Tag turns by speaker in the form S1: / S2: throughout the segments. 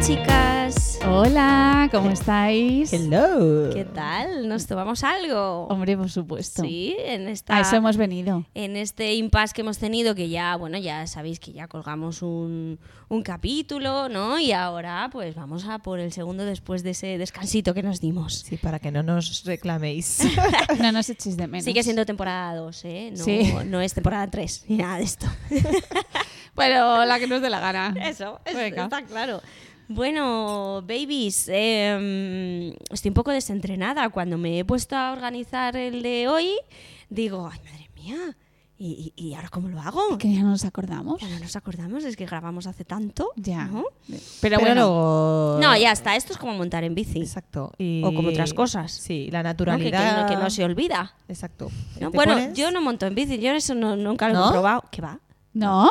S1: chicas.
S2: Hola, ¿cómo estáis?
S3: Hello.
S1: ¿Qué tal? ¿Nos tomamos algo?
S2: Hombre, por supuesto.
S1: Sí, ah. en esta...
S2: A eso hemos venido.
S1: En este impasse que hemos tenido, que ya, bueno, ya sabéis que ya colgamos un, un capítulo, ¿no? Y ahora, pues vamos a por el segundo después de ese descansito que nos dimos.
S3: Sí, para que no nos reclaméis.
S2: No nos echéis de menos.
S1: Sigue siendo temporada 2, ¿eh? No,
S2: Sí.
S1: no es temporada 3, ni nada de esto.
S2: Bueno, la que nos dé la gana.
S1: Eso, es-
S2: Venga.
S1: está claro. Bueno, babies, em, estoy un poco desentrenada. Cuando me he puesto a organizar el de hoy, digo, ay, madre mía, ¿y, y- y ahora cómo lo hago?
S2: Que ya no nos acordamos.
S1: Ya no nos acordamos, es que grabamos hace tanto.
S2: Ya.
S1: ¿no?
S2: Pero,
S3: Pero
S2: bueno,
S3: luego-
S1: No, ya está, esto es como montar en bici.
S3: Exacto. y-
S1: O como otras cosas.
S3: Sí,
S1: ¿no? Que, que
S3: la naturalidad.
S1: no, que no se olvida.
S3: Exacto.
S1: ¿no?
S3: Te
S1: Bueno,
S3: pones-
S1: yo no monto en bici, yo eso no- nunca lo he
S3: ¿No?
S1: comprobado. ¿Qué va?
S2: ¿no?
S1: No.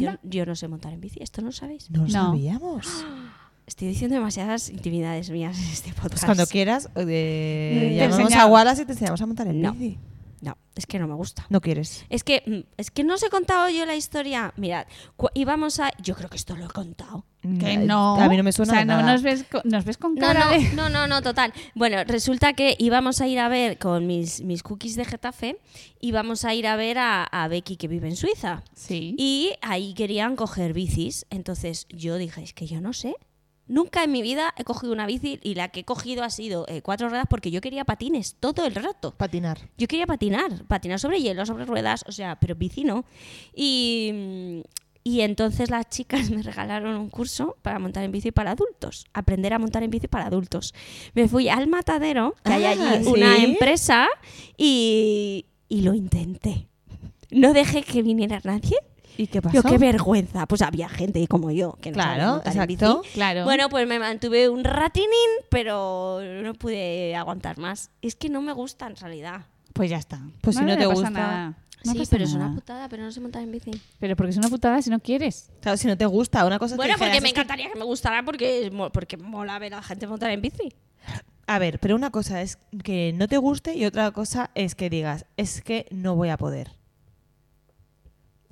S1: Yo,
S2: Anda.
S1: yo no sé montar en bici, esto no lo sabéis.
S3: No lo
S2: No.
S3: sabíamos.
S1: Estoy diciendo demasiadas intimidades mías en este podcast.
S3: Pues cuando quieras, eh,
S2: Te
S3: llamamos
S2: enseñamos.
S3: a Wallace y te enseñamos a montar en
S1: No.
S3: bici.
S1: No, es que no me gusta.
S3: No quieres.
S1: Es que, mm, es que no os he contado yo la historia. Mirad, cu- íbamos a. Yo creo que esto lo he contado.
S2: Que no.
S3: A mí no me suena
S2: O sea,
S3: de
S2: no
S3: nada.
S2: Nos, ves con, nos ves con
S1: No,
S2: cara
S1: no,
S2: de...
S1: no, no, no, total. Bueno, resulta que íbamos a ir a ver con mis, mis cookies de Getafe, íbamos a ir a ver a, a Becky que vive en Suiza.
S2: Sí.
S1: Y ahí querían coger bicis. Entonces yo dije, es que yo no sé. Nunca en mi vida he cogido una bici y la que he cogido ha sido eh, cuatro ruedas porque yo quería patines todo el rato.
S3: Patinar.
S1: Yo quería patinar, patinar sobre hielo, sobre ruedas, o sea, pero bici no. Y, y entonces las chicas me regalaron un curso para montar en bici para adultos, aprender a montar en bici para adultos. Me fui al matadero, que hay
S3: Ah,
S1: allí
S3: ¿sí?
S1: una empresa, y, y lo intenté. No dejé que viniera nadie.
S3: ¿Y qué pasó?
S1: Yo, qué vergüenza. Pues había gente como yo que no sabe
S3: Claro,
S1: montar en
S3: exacto.
S1: bici.
S2: Claro.
S1: Bueno, pues me mantuve un ratinín, pero no pude aguantar más. Es que no me gusta en realidad.
S2: pues ya está.
S3: Pues si no
S2: le
S3: te
S2: pasa
S3: gusta-
S2: nada. No
S1: sí,
S2: pasa
S1: pero es
S2: nada.
S1: una putada, pero no sé montar en bici.
S2: Pero porque es una putada si no quieres.
S3: Claro, si no te gusta, una cosa es que
S1: Bueno, porque
S3: dijeras,
S1: me
S3: "Es que
S1: encantaría que me gustara porque, es mo- porque mola ver a la gente montar en bici.
S3: A ver, pero una cosa es que no te guste y otra cosa es que digas, es que no voy a poder.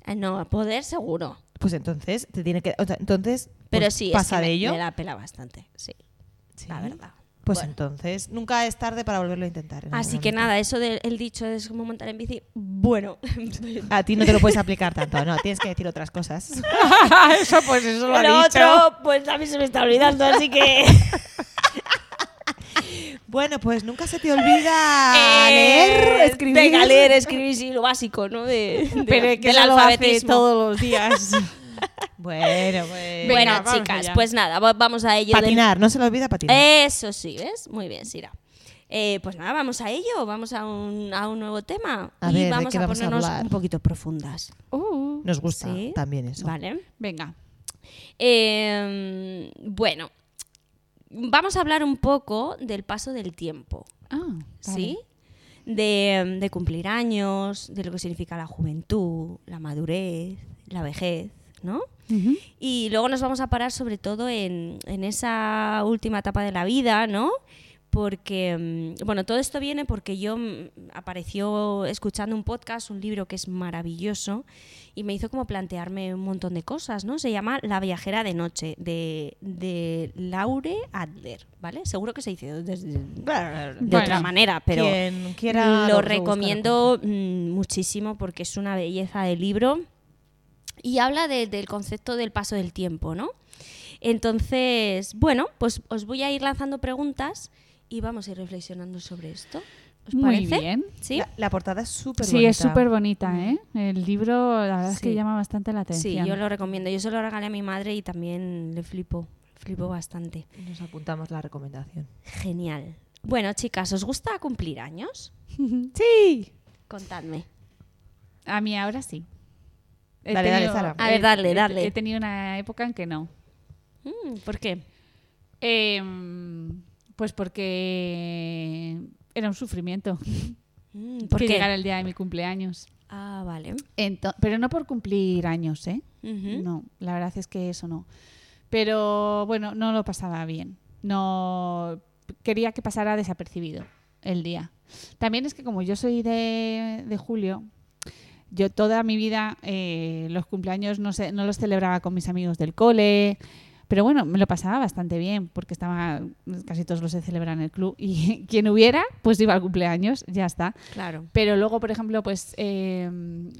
S1: Ah, No, a poder seguro.
S3: Pues entonces te tiene que. o sea, entonces
S1: Pero
S3: pues,
S1: sí, es
S3: pasa
S1: que me-
S3: de ello.
S1: Me, la pela bastante, sí,
S3: Sí.
S1: la verdad.
S3: Pues
S1: Bueno.
S3: entonces nunca es tarde para volverlo a intentar. en
S1: Así
S3: algún
S1: que
S3: momento.
S1: nada, eso del el dicho es como montar en bici. Bueno,
S3: A ti no te lo puedes aplicar tanto, no. Tienes que decir otras cosas.
S2: eso pues eso
S1: Pero otro, pues a mí se me está olvidando, así que.
S3: Bueno, pues nunca se te olvida
S1: Eh,
S3: leer, escribir.
S1: Venga, leer, escribir, sí, lo básico, ¿no? De, de-
S2: Pero es que
S1: del
S2: eso lo hace
S1: alfabetismo.
S2: todos los días.
S3: Bueno, pues.
S1: Bueno,
S2: Venga, vamos
S1: chicas,
S2: allá.
S1: pues Eh, nada, va- vamos a ello. del-
S3: patinar, no se le olvida patinar.
S1: Eso sí, ¿ves? Muy bien, Sira. Eh, pues nada, vamos a ello, vamos a un, a un nuevo tema
S3: A
S1: y
S3: ver, ¿de
S1: vamos
S3: qué
S1: a
S3: vamos a
S1: ponernos
S3: hablar?
S1: un poquito profundas.
S2: Uh,
S3: Nos gusta
S1: Sí.
S3: también eso.
S1: ¿Vale?
S2: Venga.
S1: Eh, bueno, vamos a hablar un poco del paso del tiempo,
S2: Ah,
S1: ¿sí? De, de cumplir años, de lo que significa la juventud, la madurez, la vejez, ¿no?
S2: vale. Ujú.
S1: Y luego nos vamos a parar sobre todo en, en esa última etapa de la vida, ¿no? Porque, mm, bueno, todo esto viene porque yo mm, apareció escuchando un podcast, un libro que es maravilloso, y me hizo como plantearme un montón de cosas, ¿no? Se llama La viajera de noche, de, de Laure Adler, ¿vale? Seguro que se dice desde- de
S2: Bueno,
S1: otra manera, pero
S3: Quien quiera
S1: lo
S3: busca,
S1: recomiendo mm, muchísimo porque es una belleza de libro y habla de- del concepto del paso del tiempo, ¿no? Entonces, bueno, pues os voy a ir lanzando preguntas y vamos a ir reflexionando sobre esto. ¿Os
S2: Muy
S1: parece?
S2: bien.
S1: ¿Sí?
S3: La, la portada es súper
S2: Sí, es súper bonita, ¿eh? El libro, la verdad es que
S1: Sí.
S2: llama bastante la
S1: Sí,
S2: atención.
S1: yo lo recomiendo. Yo se lo regalé a mi madre y también le flipo, flipo bastante.
S3: Nos apuntamos la recomendación.
S1: Genial. Bueno, chicas, ¿os gusta cumplir años?
S3: Sí.
S1: Contadme.
S2: A mí ahora sí. He
S3: Dale, dale, Sara.
S1: A ver, dale,
S2: he-
S1: dale.
S2: He, tenido una época en que no.
S1: Mm, ¿Por qué?
S2: Em, pues porque era un sufrimiento
S1: Mm, ¿Por
S2: que
S1: qué?
S2: llegara el día de mi cumpleaños.
S1: Ah, vale.
S2: Ento- pero no por cumplir años, ¿eh?
S1: Ujú.
S2: No, la verdad es que eso no. Pero bueno, no lo pasaba bien. No quería que pasara desapercibido el día. También es que como yo soy de, de julio, yo toda mi vida eh, los cumpleaños no, sé, no los celebraba con mis amigos del cole. Pero bueno, me lo pasaba bastante bien porque estaba casi todos los se celebran en el club y quien hubiera, pues iba al cumpleaños, ya está.
S1: Claro.
S2: Pero luego, por ejemplo, pues eh,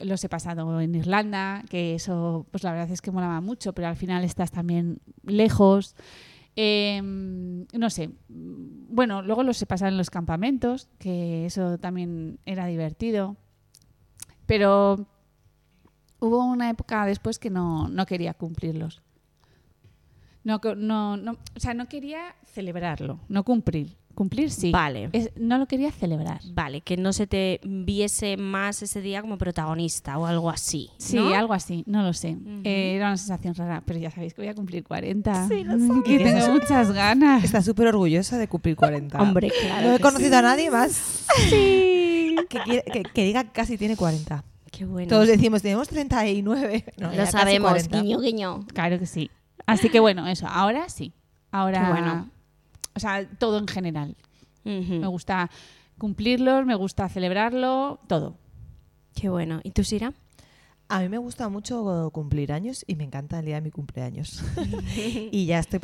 S2: los he pasado en Irlanda, que eso, pues la verdad es que molaba mucho, pero al final estás también lejos. Eh, no sé, bueno, luego los he pasado en los campamentos, que eso también era divertido. Pero hubo una época después que no, no quería cumplirlos. No, co- no, no, o sea, no quería celebrarlo, no cumplir. Cumplir sí.
S1: Vale.
S2: Es- no lo quería celebrar.
S1: Vale, que no se te viese más ese día como protagonista o algo así.
S2: Sí,
S1: ¿no?
S2: algo así, no lo sé.
S1: Ujú.
S2: Eh, era una sensación rara, pero ya sabéis que voy a cumplir 40.
S3: Sí, lo
S2: que
S3: sabía.
S2: tengo muchas ganas.
S3: Está súper orgullosa de cumplir 40.
S1: Hombre, claro.
S3: No he
S1: que
S3: conocido
S1: sí.
S3: a nadie más
S2: Sí.
S3: que, quiere- que, que diga que casi tiene 40.
S1: Qué bueno.
S3: Todos decimos, tenemos 39. No, ya
S1: lo
S3: casi
S1: sabemos,
S3: 40.
S1: guiño, guiño.
S2: Claro que sí. Así que bueno, eso, ahora sí. Ahora,
S1: Qué bueno. Mm.
S2: o sea, todo en general.
S1: Ujú.
S2: Me gusta cumplirlos, me gusta celebrarlo, todo.
S1: Qué bueno. ¿Y tú, Sira?
S3: A mí me gusta mucho cumplir años y me encanta el día de mi cumpleaños. y ya estoy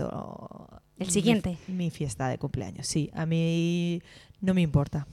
S3: planificando
S1: El
S3: mi-
S1: siguiente.
S3: Mi, fiesta de cumpleaños, sí. A mí no me importa.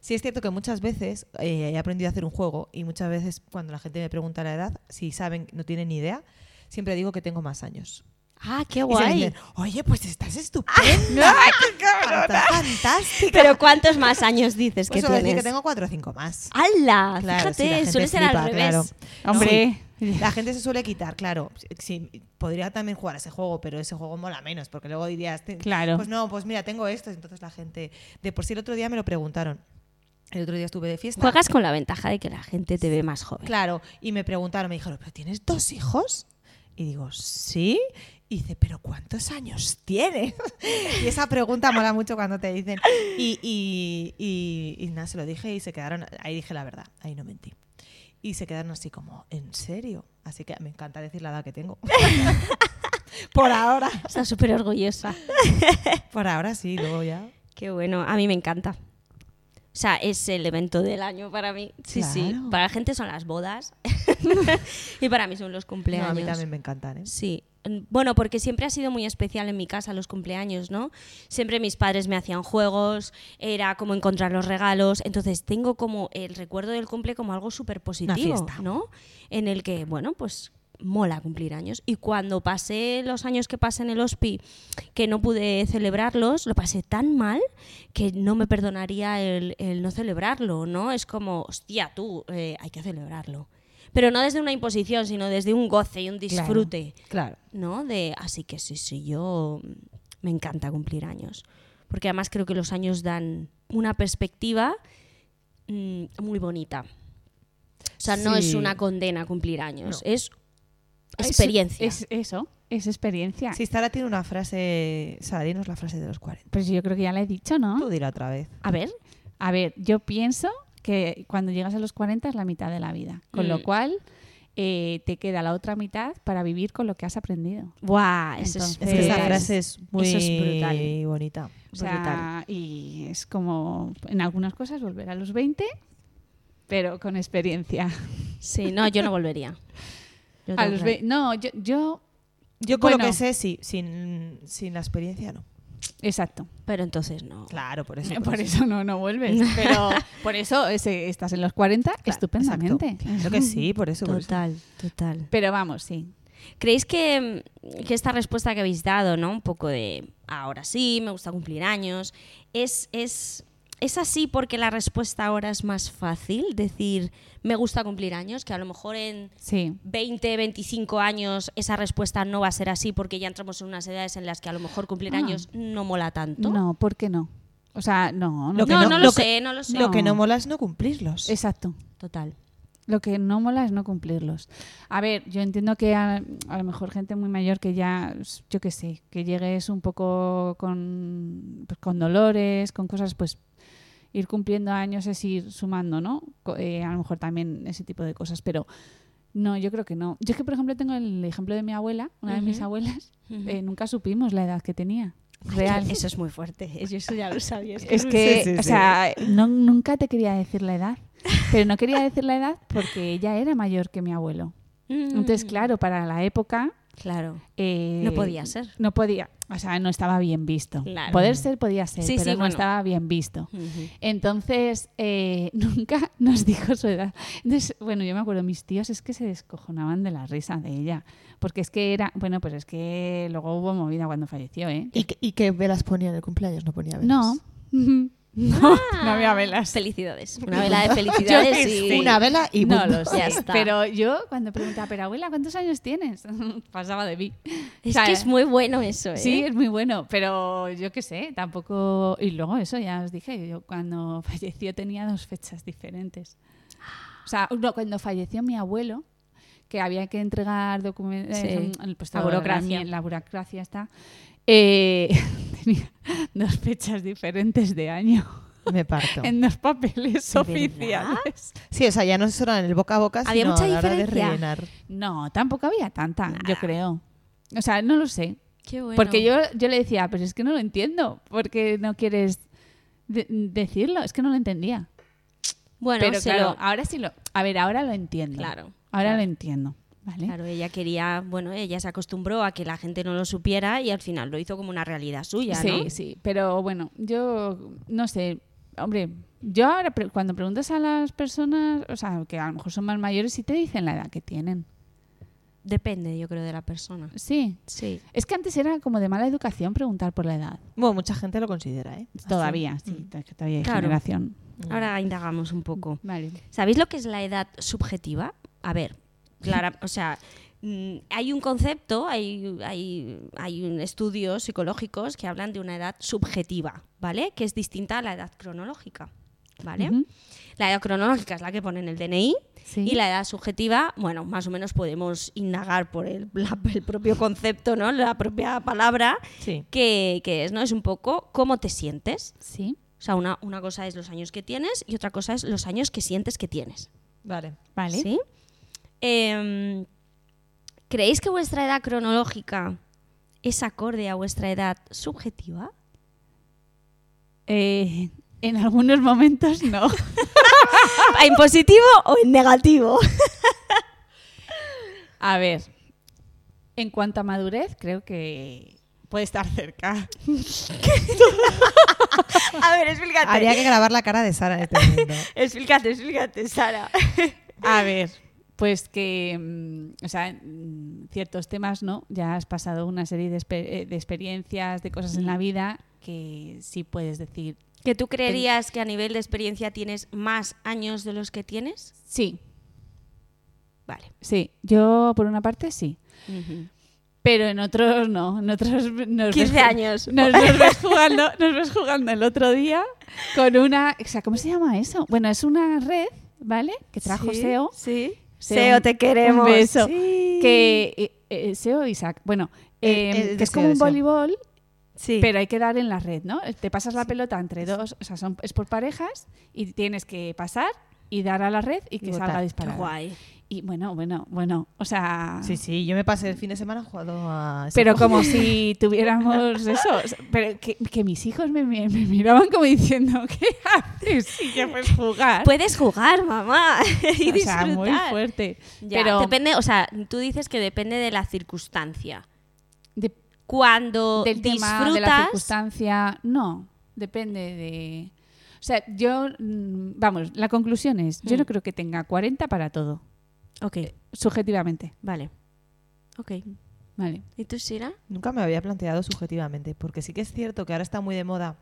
S3: Sí es cierto que muchas veces eh, he aprendido a hacer un juego y muchas veces cuando la gente me pregunta la edad, si saben, no tienen ni idea, siempre digo que tengo más años.
S1: Ah, qué
S3: Y se me
S1: guay. Ah,
S3: dicen, Oye, pues estás estupenda. estás fantástica.
S1: Pero ¿cuántos más años dices que
S3: Pues solo decir
S1: tienes?
S3: que tengo cuatro o cinco más.
S1: ¡Hala!
S3: Claro, sí, la
S1: Fíjate,
S3: gente
S1: suele ser
S3: flipa,
S1: al revés.
S3: claro.
S2: Hombre,
S3: La gente se suele quitar, claro. Sí, podría también jugar a ese juego, pero ese juego mola menos, porque luego dirías, te-
S2: Claro.
S3: pues no, pues mira, tengo esto. Entonces la gente, de por sí el otro día me lo preguntaron. El otro día estuve de fiesta.
S1: Juegas con la ventaja de que la gente te ve más joven.
S3: Claro, y me preguntaron, me dijeron, ¿pero tienes dos hijos? Y digo, sí. Y dice, ¿pero cuántos años tienes? Y esa pregunta mola mucho cuando te dicen. Y, y, y- y nada, se lo dije y se quedaron, ahí dije la verdad, ahí no mentí. Y se quedaron así como, ¿en serio? Así que me encanta decir la edad que tengo. Por ahora.
S1: Estás súper orgullosa.
S3: Por ahora sí, luego ya.
S1: Qué bueno, a mí me encanta. O sea, es el evento del año para mí. Sí, sí.
S3: Claro.
S1: Para la gente son las bodas y para mí son los
S3: No,
S1: cumpleaños.
S3: a mí también me encantan, ¿eh?
S1: Sí. Mm, Bueno, porque siempre ha sido muy especial en mi casa los cumpleaños, ¿no? Siempre mis padres me hacían juegos, era como encontrar los regalos, entonces tengo como el recuerdo del cumple como algo súper positivo,
S3: fiesta.
S1: ¿no? En el que, bueno, pues mola cumplir años. Y cuando pasé los años que pasé en el hospi, que no pude celebrarlos, lo pasé tan mal que no me perdonaría el, el no celebrarlo, ¿no? Es como, hostia, tú, eh, hay que celebrarlo. Pero no desde una imposición, sino desde un goce y un disfrute.
S3: Claro.
S1: ¿no? De, así que sí, sí, yo mm, me encanta cumplir años. Porque además creo que los años dan una perspectiva mm, muy bonita. O sea, no
S3: Sí.
S1: es una condena cumplir años,
S3: No.
S1: es experiencia.
S2: Es, eso, es experiencia.
S3: Si Sara tiene una frase, Sara, dinos la frase de los 40.
S2: Pues yo creo que ya la he dicho,
S3: Tú
S2: ¿no?
S3: dila otra vez.
S1: A ver,
S2: A ver, yo pienso que cuando llegas a los 40 es la mitad de la vida, con lo
S1: Mm.
S2: cual eh, te queda la otra mitad para vivir con lo que has aprendido.
S1: ¡buah! Eso es,
S3: Es que esa
S2: Pues,
S3: frase es muy
S1: eso es brutal.
S3: bonita.
S2: O sea, y es como en algunas cosas volver a los 20, pero con experiencia.
S1: Sí, no, yo no volvería. Yo
S2: A
S1: tengo
S2: los
S1: claro.
S2: ve- no, yo, yo-
S3: Yo con lo
S2: Bueno.
S3: que sé, sí, sin, sin la experiencia no.
S2: exacto.
S1: Pero entonces no.
S3: Claro, por eso.
S2: Por eso no, no vuelves. Pero por eso ese- estás en los 40 estupendamente.
S3: Creo que sí, por eso. por eso.
S1: Total, total.
S2: Pero vamos, sí.
S1: ¿Creéis que, que esta respuesta que habéis dado, ¿no? Un poco de ahora sí, me gusta cumplir años, es, es, es así porque la respuesta ahora es más fácil decir me gusta cumplir años, que a lo mejor en
S2: Sí.
S1: 20, 25 años esa respuesta no va a ser así porque ya entramos en unas edades en las que a lo mejor cumplir
S2: Ah.
S1: años no mola tanto.
S2: No, ¿por qué no? O sea, no, no.
S3: Lo que
S1: no, no, lo,
S3: lo que-
S1: sé, no lo sé.
S3: Lo que no
S2: No.
S3: mola es no cumplirlos.
S2: Exacto.
S1: Total.
S2: Lo que no mola es no cumplirlos. A ver, yo entiendo que a, a lo mejor gente muy mayor que ya, yo qué sé, que llegues un poco con, pues, con dolores, con cosas, pues ir cumpliendo años es ir sumando, ¿no? Co- eh, a lo mejor también ese tipo de cosas, pero no, yo creo que no. Yo es que, por ejemplo, tengo el ejemplo de mi abuela, una de mis
S1: Ujú.
S2: abuelas,
S1: Ujú.
S2: eh, nunca supimos la edad que tenía. Real.
S1: Eso es muy fuerte. Yo eso ya lo sabía. es que
S2: Es
S1: no
S2: que,
S3: Sí, sí,
S2: o
S3: sí.
S2: sea, no- nunca te quería decir la edad, pero no quería decir la edad porque ella era mayor que mi abuelo.
S1: sé.
S2: Entonces, claro, para la
S1: Mm.
S2: época
S1: Claro.
S2: Eh,
S1: No podía ser.
S2: No podía, o sea, no estaba bien visto.
S1: Claro.
S2: Poder ser podía ser,
S1: Sí,
S2: pero
S1: sí,
S2: no
S1: bueno.
S2: estaba bien visto.
S1: Ujú.
S2: Entonces, eh, nunca nos dijo su edad. Entonces, bueno, yo me acuerdo, mis tíos es que se descojonaban de la risa de ella. Porque es que era, bueno, pues es que luego hubo movida cuando falleció, ¿eh?
S4: ¿Y, que- y qué velas ponía en el cumpleaños? No ponía
S1: pues,
S4: velas.
S2: No. No, no había
S1: Ah,
S2: velas.
S1: Felicidades. Una vela de felicidades y
S4: Una vela y
S2: no
S4: boom.
S2: lo sé.
S1: Ya está.
S2: Pero yo cuando preguntaba, pero abuela, ¿cuántos años tienes? Pasaba de mí. O
S1: Es
S2: sea,
S1: que es muy bueno eso, ¿eh?
S2: Sí, es muy bueno, pero yo qué sé, tampoco... Y luego eso, ya os dije, yo cuando falleció tenía dos fechas diferentes. O sea, no, cuando falleció mi abuelo, que había que entregar documentos...
S1: Sí,
S2: pues,
S1: la
S2: todo,
S1: burocracia.
S2: La, burocracia está. eh, tenía dos fechas diferentes de año
S3: Me parto.
S2: en dos papeles
S1: ¿De
S2: oficiales.
S3: Sí, o sea, ya no solo en el boca a boca,
S1: Había
S3: sino
S1: mucha
S3: a la hora de
S1: diferencia.
S3: rellenar.
S2: No, tampoco había tanta, yo
S1: Nada.
S2: creo. O sea, no lo sé.
S1: Qué bueno.
S2: Porque yo, yo le decía, pero es que no lo entiendo. porque no quieres de- decirlo? Es que no lo entendía.
S1: Bueno,
S2: pero
S1: se
S2: claro, ah,
S1: lo-
S2: ahora sí lo... A ver, ahora lo entiendo.
S1: Claro,
S2: Ahora
S1: claro.
S2: lo entiendo. ¿Vale?
S1: Claro, ella quería, bueno, ella se acostumbró a que la gente no lo supiera y al final lo hizo como una realidad suya,
S2: sí,
S1: ¿no?
S2: sí. Pero bueno, yo no sé. Hombre, yo ahora pre- cuando preguntas a las personas, o sea, que a lo mejor son más mayores, sí te dicen la edad que tienen.
S1: Depende, yo creo, de la persona.
S2: Sí.
S1: Sí.
S2: Es que antes era como de mala educación preguntar por la edad.
S1: Ah,
S3: Bueno, mucha gente lo considera, ¿eh? Así.
S2: Todavía, sí. es que Todavía hay
S1: Mm. Claro.
S2: generación.
S1: Ahora indagamos un poco.
S2: Vale.
S1: ¿Sabéis lo que es la edad subjetiva? A ver, clara, o sea, mm, hay un concepto, hay, hay, hay un- estudios psicológicos que hablan de una edad subjetiva, ¿vale? Que es distinta a la edad cronológica, ¿vale?
S2: Ujú.
S1: La edad cronológica es la que pone en el DNI
S2: Sí.
S1: y la edad subjetiva, bueno, más o menos podemos indagar por el, la- el propio concepto, ¿no? La propia palabra
S3: Sí.
S1: que, que es, ¿no? Es un poco cómo te sientes.
S2: Sí.
S1: O sea, una, una cosa es los años que tienes y otra cosa es los años que sientes que tienes.
S3: Vale.
S2: Vale.
S1: ¿Sí? Em, ¿Creéis que vuestra edad cronológica es acorde a vuestra edad subjetiva?
S2: Eh, en algunos momentos no.
S1: Ah, ¿En positivo o en negativo?
S2: A ver, en cuanto a madurez, creo que puede estar cerca.
S1: A ver, explícate.
S3: Habría que grabar la cara de Sara en este momento.
S1: Explícate, explícate, Sara.
S2: A ver, pues que, mm, o sea, en ciertos temas, ¿no? Ya has pasado una serie de, exper- eh, de experiencias, de cosas en la vida que sí puedes decir,
S1: ¿Que tú creerías que a nivel de experiencia tienes más años de los que tienes?
S2: sí,
S1: Vale.
S2: sí, yo por una parte sí, pero en otros no, en otros nos
S1: 15
S2: ves-
S1: años.
S2: Nos, nos ves jugando, nos ves jugando el otro día con una. O sea, ¿cómo se llama eso? Bueno, es una red, ¿vale? Que trajo SEO.
S1: Sí.
S2: Seo,
S1: Seo, te queremos.
S2: Un beso.
S3: Sí.
S2: Que. eh, eh, SEO Isaac. Bueno, eh,
S3: Eh, eh,
S2: que es
S3: deseo,
S2: como un
S3: deseo.
S2: voleibol,
S1: Sí.
S2: pero hay que dar en la red, ¿no? Eh, Te pasas la pelota entre dos. O sea, son, es por parejas y tienes que pasar y dar a la red y que
S3: Y botar.
S2: salga
S1: Qué
S2: disparada.
S1: guay.
S2: Y bueno, bueno, bueno. O sea.
S3: Sí, sí, yo me pasé el fin de semana jugando a. ese
S2: Pero
S3: juego.
S2: como si tuviéramos eso. o sea, Pero que, que mis hijos me, me- me miraban como diciendo, ¿qué haces? Y que puedes jugar.
S1: Puedes jugar, mamá. y
S2: o sea,
S1: Pues disfrutar.
S2: muy fuerte.
S1: Ya,
S2: Pero
S1: depende, o sea, tú dices que depende de la circunstancia.
S2: de-
S1: Cuando
S2: del tema,
S1: disfrutas,
S2: de la circunstancia, no. Depende de... O sea, yo... mm, Vamos, la conclusión es, yo
S1: Mm.
S2: no creo que tenga 40 para todo,
S1: Ok,
S2: subjetivamente.
S1: vale. Ok.
S2: Vale.
S1: ¿Y tú, Sira?
S3: Nunca me había planteado subjetivamente, porque sí que es cierto que ahora está muy de moda.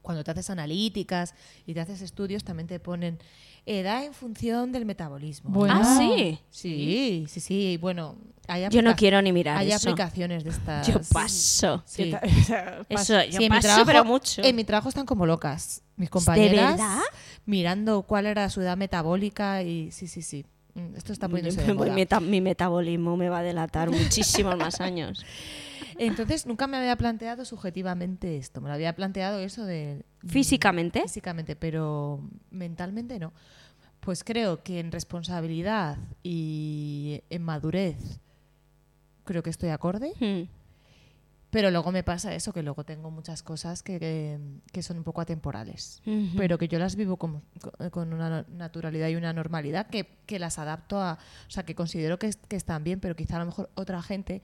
S3: Cuando te haces analíticas y te haces estudios, también te ponen edad en función del metabolismo.
S2: Bueno.
S1: Ah,
S2: Ah.
S1: sí.
S3: Sí, sí, sí. Bueno, hay
S1: Yo no
S3: aplica-
S1: quiero ni mirar
S3: Hay
S1: eso.
S3: aplicaciones de estas.
S1: Yo paso.
S2: Yo
S3: Sí.
S2: ta- o sea, paso.
S1: Eso, yo
S3: Sí, en mi
S1: paso,
S3: trabajo-
S1: pero mucho.
S3: En mi trabajo están como locas mis compañeras.
S1: verdad?
S3: Mirando cuál era su edad metabólica y sí, sí, sí. Mm, Esto está poniéndose de
S1: mi,
S3: moda.
S1: meta- mi metabolismo me va a delatar muchísimos más años.
S3: Entonces nunca me había planteado subjetivamente esto. Me lo había planteado eso de
S1: Físicamente,
S3: físicamente, pero mentalmente no. Pues creo que en responsabilidad y en madurez creo que estoy acorde
S1: hmm,
S5: Pero luego me pasa eso, que luego tengo muchas cosas que, que, que son un poco atemporales,
S1: Ujú.
S5: pero que yo las vivo con, con una naturalidad y una normalidad que, que las adapto a, o sea, que considero que, es- que están bien, pero quizá a lo mejor otra gente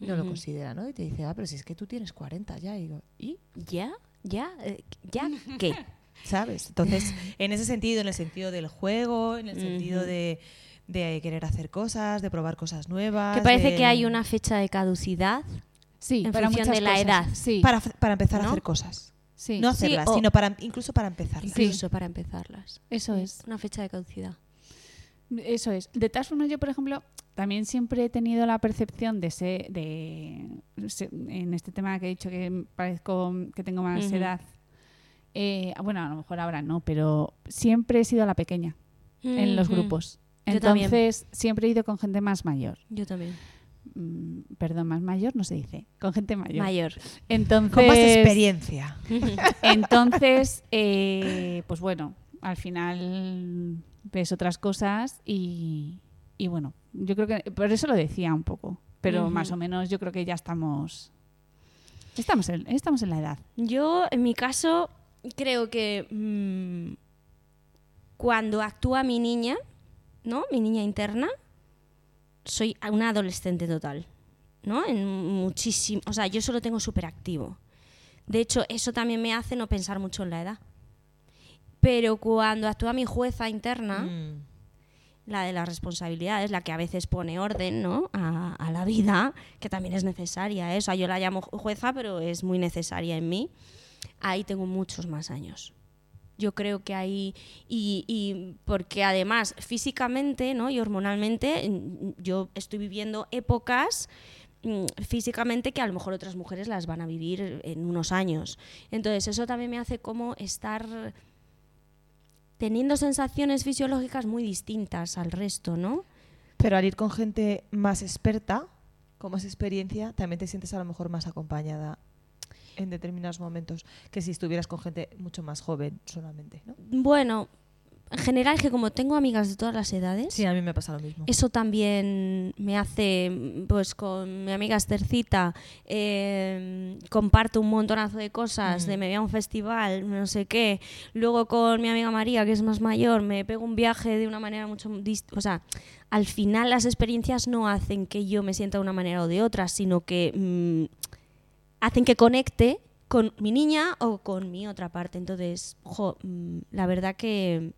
S5: no lo
S1: Ujú.
S5: considera, ¿no? Y te dice, ah, pero si es que tú tienes 40 ya, y digo, ¿y?
S1: ¿Ya? ¿Ya? Eh, ¿Ya? ¿Qué?
S3: ¿sabes? Entonces, en ese sentido, en el sentido del juego, en el sentido
S1: Ujú.
S3: de, de querer hacer cosas, de probar cosas nuevas.
S1: Que parece
S3: de-
S1: que hay una fecha de caducidad.
S2: Sí,
S1: En
S2: para
S1: función
S2: muchas
S1: de la
S2: cosas.
S1: edad.
S2: Sí,
S3: Para, para empezar a
S1: ¿No?
S3: hacer cosas.
S2: sí.
S3: No hacerlas,
S1: o-
S3: sino para, incluso para empezarlas.
S2: Sí.
S1: Incluso para empezarlas.
S2: Eso es.
S1: Mm, Una fecha de caducidad.
S2: Eso es. De todas formas, yo, por ejemplo, también siempre he tenido la percepción de ser, de, se- en este tema que he dicho que parezco que tengo más
S1: Ujú.
S2: edad. Eh, bueno, a lo mejor ahora no, pero siempre he sido la pequeña en los
S1: Ujú.
S2: grupos.
S1: Yo también.
S2: Entonces, siempre he ido con gente más mayor.
S1: Yo también.
S2: Mm, perdón, más mayor no se dice. Con gente mayor.
S1: Mayor.
S2: Entonces,
S3: Con más
S1: pues,
S3: experiencia.
S2: entonces, eh, pues bueno, al final ves otras cosas y, y bueno, yo creo que por eso lo decía un poco, pero
S1: Ujú.
S2: más o menos yo creo que ya estamos estamos en, estamos en la edad.
S1: Yo, en mi caso, creo que mm, cuando actúa mi niña, ¿no? Mi niña interna, soy una adolescente total, ¿no? En muchísimo, o sea, yo solo tengo superactivo. De hecho, eso también me hace no pensar mucho en la edad. Pero cuando actúa mi jueza interna,
S3: Mm.
S1: la de las responsabilidades, la que a veces pone orden ¿no? a, a la vida, que también es necesaria. ¿eh? O sea, yo la llamo jueza, pero es muy necesaria en mí. Ahí tengo muchos más años. Yo creo que ahí, y, y porque además físicamente ¿no? y hormonalmente, mm, yo estoy viviendo épocas mm, físicamente que a lo mejor otras mujeres las van a vivir en unos años. Entonces eso también me hace como estar teniendo sensaciones fisiológicas muy distintas al resto, ¿no?
S3: Pero al ir con gente más experta, con más experiencia, también te sientes a lo mejor más acompañada en determinados momentos que si estuvieras con gente mucho más joven solamente. ¿no?
S1: Bueno, en general que como tengo amigas de todas las edades,
S3: Sí, a mí me pasa lo mismo.
S1: eso también me hace, pues con mi amiga Esthercita, eh, comparto un montonazo de cosas, de me voy a un festival, no sé qué, luego con mi amiga María, que es más mayor, me pego un viaje de una manera mucho... dist- O sea, al final las experiencias no hacen que yo me sienta de una manera o de otra, sino que mm, hacen que conecte con mi niña o con mi otra parte. Entonces, jo, mm, la verdad que,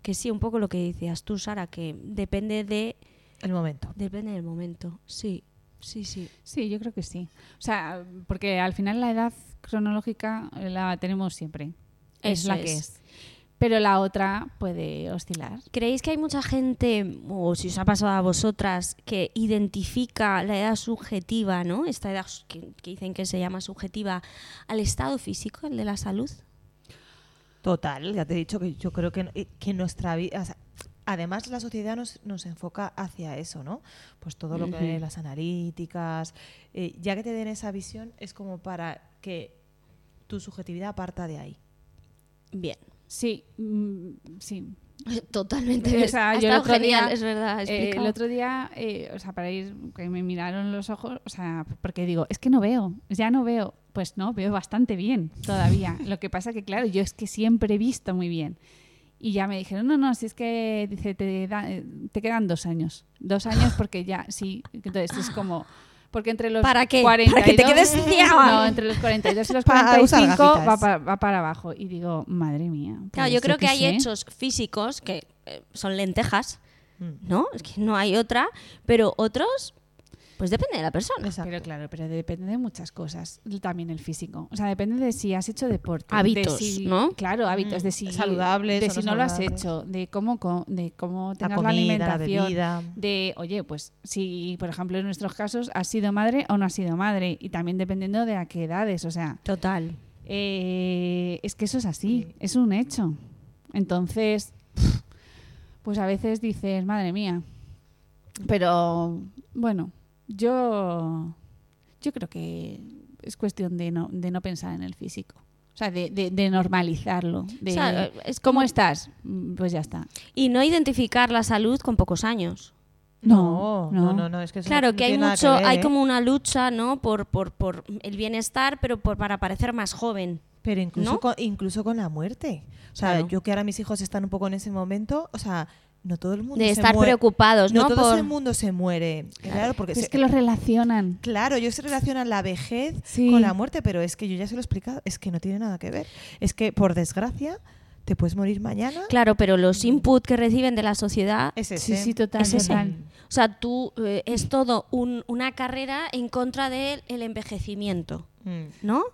S1: que sí, un poco lo que decías tú, Sara, que depende de
S3: El momento.
S1: depende del momento. Sí, sí, sí.
S2: Sí, yo creo que sí. O sea, porque al final la edad cronológica la tenemos siempre. es
S1: Eso
S2: la que
S1: es.
S2: es. Pero la otra puede oscilar.
S1: ¿Creéis que hay mucha gente, o si os ha pasado a vosotras, que identifica la edad subjetiva, ¿no? Esta edad su- que, que dicen que se llama subjetiva, al estado físico, el de la salud.
S3: Total, ya te he dicho que yo creo que, eh, que nuestra vida... además, la sociedad nos, nos enfoca hacia eso, ¿no? Pues todo lo que
S2: Ujú.
S3: las analíticas... eh, ya que te den esa visión, es como para que tu subjetividad parta de ahí.
S1: Bien.
S2: Sí, mm, sí,
S1: Totalmente.
S2: O sea,
S1: Ha
S2: yo el
S1: estado
S2: otro día-
S1: genial, es verdad.
S2: Eh,
S1: explicado.
S2: el otro día, eh, o sea, para ir, que me miraron los ojos, o sea, porque digo, es que no veo, ya no veo. Pues no, veo bastante bien todavía. Lo que pasa que, claro, yo es que siempre he visto muy bien. Y ya me dijeron, no, no, si es que, dice, te, da- eh, te quedan dos años. Dos años porque ya, sí. Entonces es como, porque entre los
S1: ¿Para qué?
S2: 42...
S1: ¿Para que te quedes ciega?
S2: No, entre los 42 y los
S3: Para usar
S2: 45 va,
S3: gafitas.
S2: pa- va para abajo. Y digo, madre mía.
S1: Claro,
S2: pues
S1: yo creo
S2: qué
S1: que hay
S2: sé.
S1: hechos físicos que eh, son lentejas,
S3: Mm.
S1: ¿no? Es que no hay otra, pero otros, pues depende de la persona.
S3: Exacto.
S2: Pero claro, pero depende de muchas cosas, también el físico. O sea, depende de si has hecho deporte,
S1: Hábitos,
S2: de si-
S1: ¿no?
S2: Claro, hábitos de
S3: Mm,
S2: si
S3: saludables
S2: de
S3: o
S2: si
S3: no
S2: no lo has
S3: saludables.
S2: hecho, de cómo co- de cómo
S3: la
S2: tengas la,
S3: comida, la,
S2: alimentación,
S3: bebida...
S2: de oye, pues si por ejemplo en nuestros casos has sido madre o no has sido madre y también dependiendo de a qué edades, o sea,
S1: Total.
S2: eh, es que eso es así,
S3: Sí.
S2: es un hecho. Entonces, pf, pues a veces dices, madre mía. Pero bueno, yo, yo creo que es cuestión de no, de no pensar en el físico. O sea, de, de- de normalizarlo. De,
S1: O sea, es
S2: ¿Cómo estás? Mm, Pues ya está.
S1: Y no identificar la salud con pocos años.
S2: No,
S3: no, no, no, es que eso no-
S1: Claro,
S3: no
S1: que hay
S3: tiene nada
S1: mucho,
S3: ver,
S1: hay
S3: ¿eh?
S1: como una lucha, ¿no? Por, por, por el bienestar, pero por, para parecer más joven.
S3: Pero incluso,
S1: ¿No?
S3: con, incluso con la muerte. O sea,
S1: Claro.
S3: yo que ahora mis hijos están un poco en ese momento, o sea, no todo el mundo
S1: De
S3: se
S1: estar
S3: muere.
S1: preocupados, ¿no?
S3: No todo
S1: Por-
S3: el mundo se muere. Claro, porque
S2: Pero es
S3: se-
S2: que los relacionan.
S3: Claro, yo se relaciona la vejez
S2: Sí.
S3: con la muerte, pero es que yo ya se lo he explicado, es que no tiene nada que ver. Es que, por desgracia, te puedes morir mañana.
S1: Claro, pero
S3: Mm.
S1: los input que reciben de la sociedad,
S3: Es
S2: Sí,
S3: ese.
S2: sí, total,
S1: Es ese.
S2: total.
S1: o sea, tú eh, es todo un- una carrera en contra del el envejecimiento,
S3: Mm.
S1: ¿no?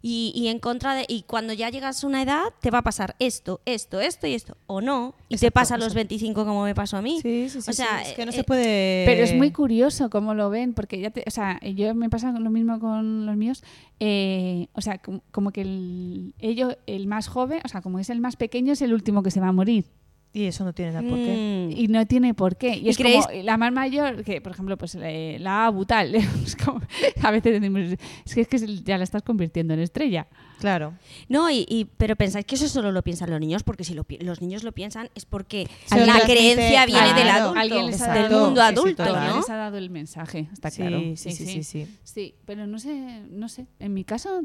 S1: Y, y en contra de y cuando ya llegas a una edad te va a pasar esto, esto, esto y esto o no y te
S3: Exacto,
S1: pasa a los
S3: exacto.
S1: 25 como me pasó a mí.
S3: Sí, sí, sí,
S1: O sea,
S3: sí, es que no
S1: eh,
S3: se puede.
S2: Pero es muy curioso cómo lo ven, porque ya te- o sea, yo me pasa lo mismo con los míos, eh, o sea, com- como que el, ello- el más joven, o sea, como es el más pequeño, es el último que se va a morir
S3: Y eso no tiene nada por qué.
S1: Mm.
S2: y no tiene por qué. Y,
S1: ¿Y
S2: es
S1: creéis-
S2: como la más mayor, que por ejemplo, pues eh, la Abu tal, es como- a veces decimos, es que, es que es- ya la estás convirtiendo en estrella.
S1: Mm.
S3: Claro.
S1: No, y, y- pero pensáis que eso solo lo piensan los niños, porque si lo pi- los niños lo piensan es porque
S3: Se lo
S1: la
S3: transmite,
S1: creencia viene del
S2: Claro,
S1: adulto,
S2: alguien les ha
S1: del
S2: dado-
S1: mundo
S3: sí, sí,
S1: adulto,
S3: total.
S1: ¿no?
S2: les ha dado el mensaje, está
S3: Sí,
S2: claro.
S3: sí, sí, sí, sí.
S2: Sí, pero no sé, no sé. En mi caso,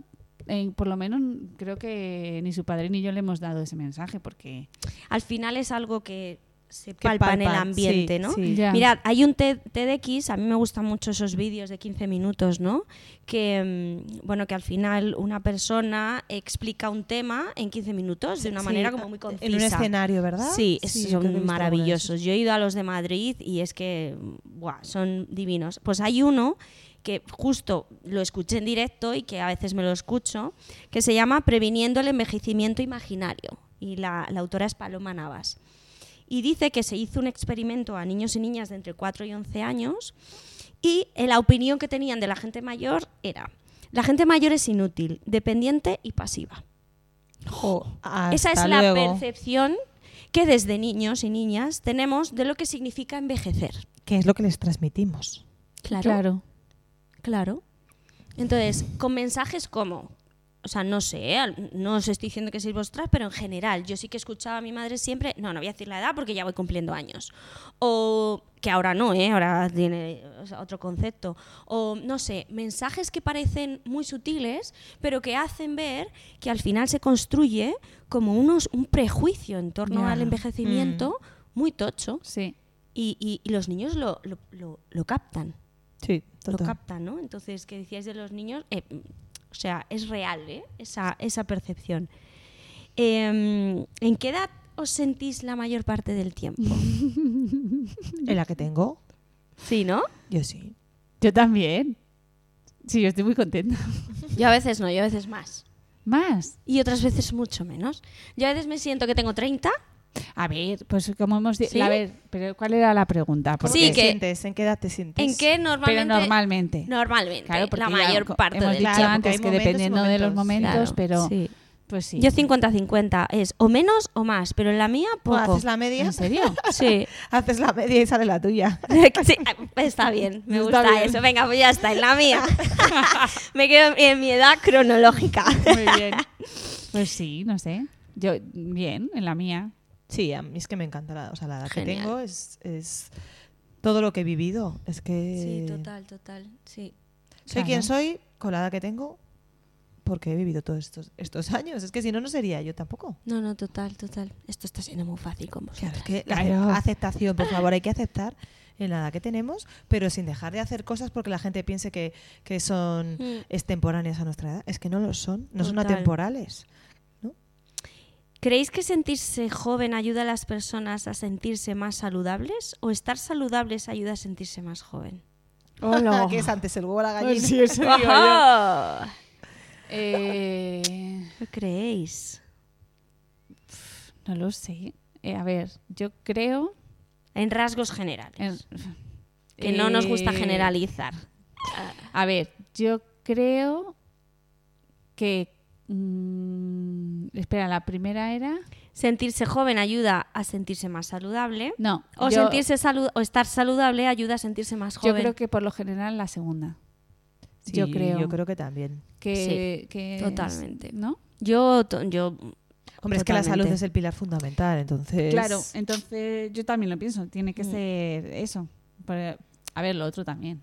S2: eh, por lo menos creo que ni su padre ni yo le hemos dado ese mensaje porque
S1: Al final es algo que se
S3: Que
S1: palpa en el
S3: palpan,
S1: ambiente,
S3: sí,
S1: ¿no?
S3: sí.
S2: Ya.
S1: Mirad, hay un TED- TEDx, a mí me gustan mucho esos vídeos de 15 minutos, ¿no? Que, mm, bueno, que al final una persona explica un tema en 15 minutos de una
S3: Sí,
S1: manera como muy
S3: en un
S1: concisa.
S3: escenario, ¿verdad?
S1: Sí, es-
S3: Sí, yo creo que he
S1: son
S3: visto alguno de
S1: maravillosos. Yo he ido a los de Madrid y es que, buah, son divinos. Pues hay uno que justo lo escuché en directo y que a veces me lo escucho, que se llama Previniendo el envejecimiento imaginario. Y la, la autora es Paloma Navas. Y dice que se hizo un experimento a niños y niñas de entre 4 y 11 años y eh, la opinión que tenían de la gente mayor era, la gente mayor es inútil, dependiente y pasiva.
S3: Jo,
S1: Esa es
S3: hasta
S1: la
S3: luego.
S1: percepción que desde niños y niñas tenemos de lo que significa envejecer.
S3: ¿Qué es lo que les transmitimos?
S1: Claro.
S2: claro.
S1: Claro. Entonces, con mensajes como, o sea, no sé, ¿eh? al- no os estoy diciendo que sois vosotras, pero en general, yo sí que escuchaba a mi madre siempre, no, no voy a decir la edad porque ya voy cumpliendo años. O que ahora no, ¿eh? ahora tiene o sea, otro concepto. O no sé, mensajes que parecen muy sutiles, pero que hacen ver que al final se construye como unos, un prejuicio en torno
S2: Ya. Mm.
S1: al envejecimiento muy tocho.
S2: Sí.
S1: Y, y- y los niños lo- lo- lo- lo captan
S3: Sí,
S1: lo
S3: total.
S1: captan, ¿no? Entonces, que decíais de los niños, eh, mm, o sea, es real, ¿eh? Esa, esa percepción. Em, ¿En qué edad os sentís la mayor parte del tiempo?
S3: ¿En la que tengo?
S1: Sí, ¿no?
S3: Yo sí.
S2: Yo también. Sí, yo estoy muy contenta.
S1: Yo a veces no, yo a veces más.
S2: Más.
S1: Y otras veces mucho menos. Yo a veces me siento que tengo 30.
S2: A ver, pues como hemos dicho,
S1: ¿Sí?
S2: a ver, pero ¿cuál era la pregunta?
S3: ¿Cómo
S1: Sí,
S3: te
S1: que-
S3: sientes? ¿En qué edad te sientes?
S1: ¿En qué
S2: pero
S1: normalmente?
S2: normalmente.
S1: Normalmente,
S2: Claro, porque
S1: la
S2: ya
S1: mayor
S2: co-
S1: parte
S2: hemos
S1: del
S2: dicho
S3: Claro, porque hay
S2: antes que
S3: momentos y
S2: dependiendo de los
S3: momentos.
S2: momentos,
S1: Claro,
S2: pero
S1: sí.
S2: pues sí.
S1: Yo 50-50 es o menos o más, pero en la mía
S3: Pues,
S1: poco.
S3: ¿Haces la media?
S2: ¿En serio?
S1: Sí.
S3: Haces la media y sale la tuya.
S1: Sí, ah, está bien, me
S3: Está
S1: gusta
S3: bien.
S1: eso. Venga, pues ya está, en la mía. me quedo en mi edad cronológica.
S2: Muy bien. Pues sí, no sé. Yo bien, en la mía.
S3: Sí, a mí es que me encanta la, o sea, la edad que
S1: Genial.
S3: tengo es, es todo lo que he vivido. Es que
S1: total, sí.
S3: soy
S2: Claro.
S3: quien soy con la edad que tengo porque he vivido todos estos, estos años. Es que si no, no sería yo tampoco.
S1: No, no, total, total. Esto está siendo muy fácil con
S3: Claro,
S1: vosotros.
S3: es que la
S2: Claro.
S3: ace- aceptación, por favor, hay que aceptar en la edad que tenemos, pero sin dejar de hacer cosas porque la gente piense que, que son
S1: Mm.
S3: extemporáneas a nuestra edad. Es que no lo son, no son
S1: Total.
S3: atemporales.
S1: ¿Creéis que sentirse joven ayuda a las personas a sentirse más saludables o estar saludables ayuda a sentirse más joven?
S2: Hola.
S3: ¿Qué Ah, es antes el huevo o la
S1: Pues
S3: gallina?
S1: ¡Ojo!
S2: Eh,
S1: ¿Qué creéis?
S2: no lo sé. Eh, a ver, yo creo.
S1: En rasgos generales.
S2: en-
S1: Que no nos gusta
S2: Eh,
S1: generalizar.
S2: A ver, yo creo que. mm, espera, la primera era.
S1: Sentirse joven ayuda a sentirse más saludable.
S2: No.
S1: O
S2: yo,
S1: sentirse salu- o estar saludable ayuda a sentirse más
S2: yo
S1: joven.
S2: creo que por lo general la segunda.
S3: Sí,
S2: yo creo.
S3: Yo creo que también.
S2: Que, que es-
S1: totalmente.
S2: ¿No?
S1: yo, to- yo
S3: Hombre, es que la salud
S1: Totalmente.
S3: es el pilar fundamental, entonces.
S1: Mm.
S2: Claro, entonces yo también lo pienso. Tiene que ser eso. Pero, a ver, lo otro también.